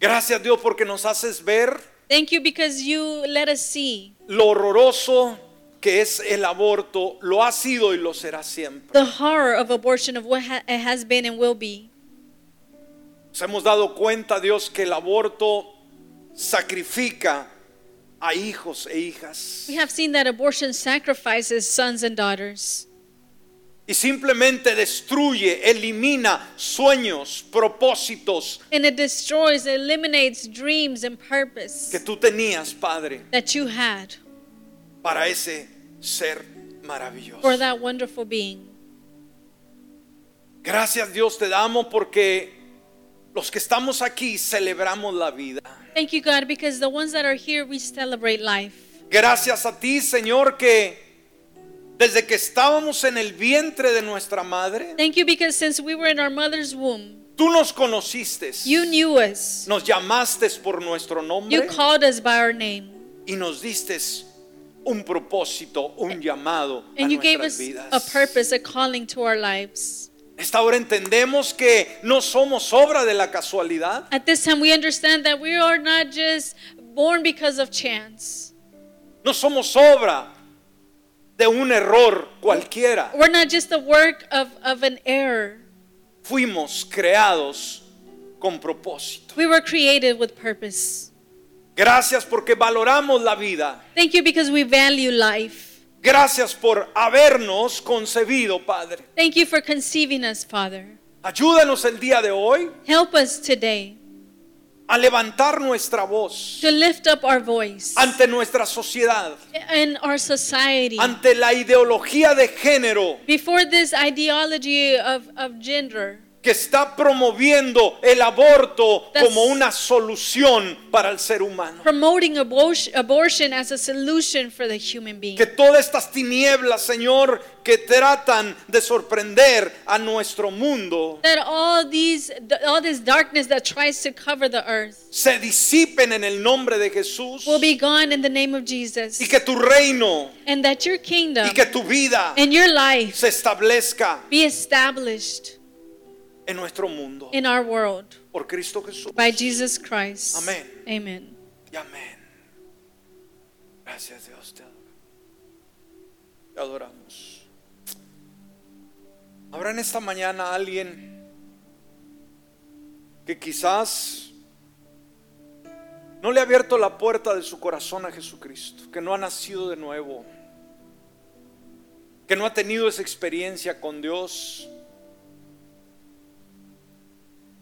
Speaker 2: Gracias Dios porque nos haces ver
Speaker 1: Thank you because you let us see
Speaker 2: lo horroroso que es el aborto, lo ha sido y lo será siempre.
Speaker 1: the horror of abortion, of what ha- it has been and will be.
Speaker 2: Nos hemos dado cuenta, Dios, que el aborto sacrifica a hijos e hijas.
Speaker 1: We have seen that abortion sacrifices sons and daughters.
Speaker 2: Y simplemente destruye, elimina sueños, propósitos
Speaker 1: And it destroys, it eliminates dreams and
Speaker 2: que
Speaker 1: purpose
Speaker 2: tú tenías, Padre,
Speaker 1: that you had
Speaker 2: para ese ser
Speaker 1: for
Speaker 2: maravilloso.
Speaker 1: that wonderful being.
Speaker 2: Gracias Dios te damos porque los que estamos aquí celebramos la vida.
Speaker 1: Thank you, God, because the ones that are here, we celebrate life.
Speaker 2: Gracias a ti, Señor, que desde que estábamos en el vientre de nuestra madre,
Speaker 1: Thank you because since we were in our mother's womb,
Speaker 2: tú nos conociste,
Speaker 1: you knew us.
Speaker 2: nos llamaste por nuestro
Speaker 1: You
Speaker 2: nombre
Speaker 1: called us by our name.
Speaker 2: y nos diste un propósito, un llamado a
Speaker 1: And you gave
Speaker 2: nuestras
Speaker 1: us a
Speaker 2: vidas.
Speaker 1: purpose, a calling to our lives.
Speaker 2: Esta hora entendemos que no somos obra de la casualidad,
Speaker 1: At this time, we understand that we are not just born because of chance.
Speaker 2: no somos obra de un error cualquiera.
Speaker 1: We're not just the work of, of an error.
Speaker 2: Fuimos creados con propósito.
Speaker 1: We were created with purpose.
Speaker 2: Gracias porque valoramos la vida.
Speaker 1: Thank you because we value life.
Speaker 2: Gracias por habernos concebido, Padre.
Speaker 1: Thank you for conceiving us, Father.
Speaker 2: Ayúdanos el día de hoy
Speaker 1: Help us today
Speaker 2: a levantar nuestra voz
Speaker 1: to lift up our voice
Speaker 2: ante nuestra sociedad,
Speaker 1: in our society
Speaker 2: ante la ideología de género
Speaker 1: before this ideology of, of gender
Speaker 2: que está promoviendo el aborto
Speaker 1: That's-
Speaker 2: como una solución para el ser humano.
Speaker 1: promoting abor- abortion as a solution for the human being.
Speaker 2: Que todas estas tinieblas, Señor, que tratan de sorprender a nuestro mundo,
Speaker 1: that all these all this darkness that tries to cover the earth
Speaker 2: se disipen en el nombre de Jesús
Speaker 1: will be gone in the name of Jesus
Speaker 2: y que tu reino
Speaker 1: and that your kingdom
Speaker 2: y que tu vida
Speaker 1: and your life
Speaker 2: se establezca
Speaker 1: be established
Speaker 2: en nuestro mundo.
Speaker 1: in our world
Speaker 2: Por Cristo Jesús.
Speaker 1: by Jesus Christ.
Speaker 2: Amén.
Speaker 1: Amen.
Speaker 2: Y amén. Gracias Dios, te adoro. Te adoramos. Habrá en esta mañana alguien que quizás no le ha abierto la puerta de su corazón a Jesucristo, que no ha nacido de nuevo, que no ha tenido esa experiencia con Dios,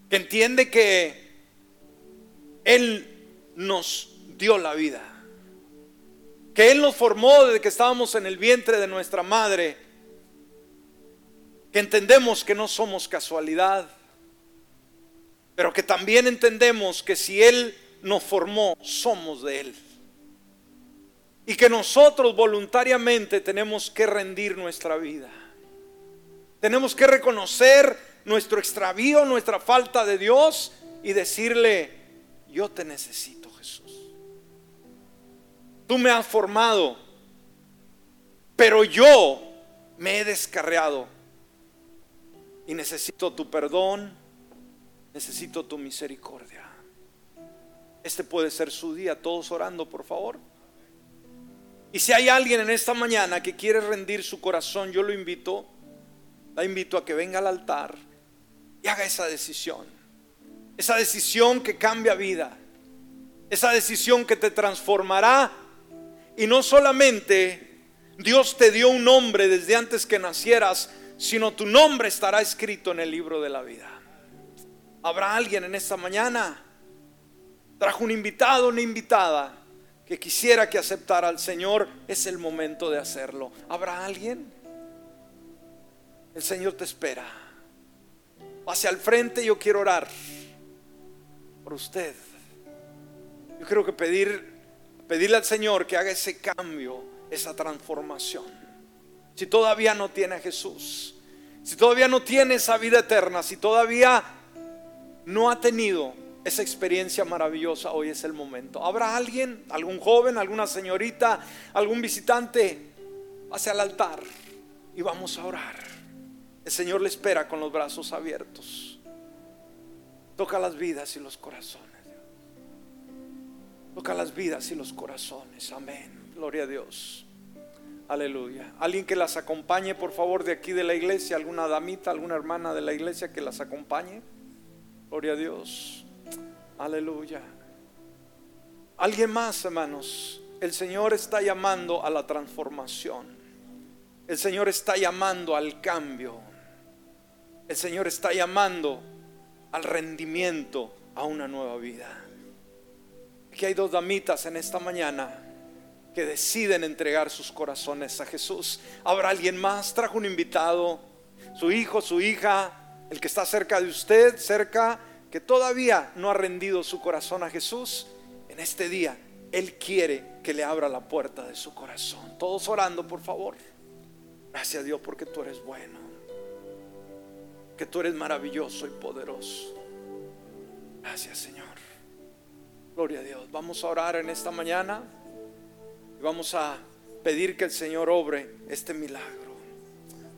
Speaker 2: que entiende que él nos dio la vida. Que Él nos formó desde que estábamos en el vientre de nuestra madre. Que entendemos que no somos casualidad. Pero que también entendemos que si Él nos formó, somos de Él. Y que nosotros voluntariamente tenemos que rendir nuestra vida. Tenemos que reconocer nuestro extravío, nuestra falta de Dios y decirle, yo te necesito Jesús. Tú me has formado, pero yo me he descarriado y necesito tu perdón, necesito tu misericordia. Este puede ser su día, todos orando, por favor. Y si hay alguien en esta mañana que quiere rendir su corazón, yo lo invito la invito a que venga al altar y haga esa decisión. Esa decisión que cambia vida. Esa decisión que te transformará. Y no solamente Dios te dio un nombre desde antes que nacieras, sino tu nombre estará escrito en el libro de la vida. Habrá alguien en esta mañana. Trajo un invitado, una invitada que quisiera que aceptara al Señor. Es el momento de hacerlo. ¿Habrá alguien? El Señor te espera. Hacia el frente yo quiero orar por usted. Yo quiero que pedir pedirle al Señor que haga ese cambio, esa transformación. Si todavía no tiene a Jesús, si todavía no tiene esa vida eterna, si todavía no ha tenido esa experiencia maravillosa, hoy es el momento. ¿Habrá alguien, algún joven, alguna señorita, algún visitante hacia el altar y vamos a orar? El Señor le espera con los brazos abiertos. Toca las vidas y los corazones. Dios. Toca las vidas y los corazones. Amén. Gloria a Dios. Aleluya. Alguien que las acompañe, por favor, de aquí de la iglesia, alguna damita, alguna hermana de la iglesia que las acompañe. Gloria a Dios. Aleluya. Alguien más, hermanos. El Señor está llamando a la transformación. El Señor está llamando al cambio. El Señor está llamando al rendimiento, a una nueva vida. Aquí hay dos damitas en esta mañana que deciden entregar sus corazones a Jesús. Habrá alguien más, trajo un invitado, su hijo, su hija, el que está cerca de usted, cerca, que todavía no ha rendido su corazón a Jesús. En este día, Él quiere que le abra la puerta de su corazón. Todos orando, por favor. Gracias a Dios porque tú eres bueno, que tú eres maravilloso y poderoso. Gracias Señor. Gloria a Dios. Vamos a orar en esta mañana y vamos a pedir que el Señor obre este milagro.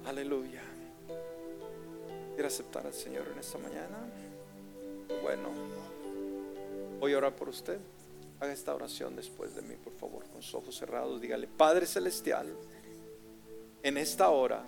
Speaker 2: Aleluya. Quiero aceptar al Señor en esta mañana. Bueno, voy a orar por usted. Haga esta oración después de mí, por favor, con sus ojos cerrados. Dígale, Padre Celestial, en esta hora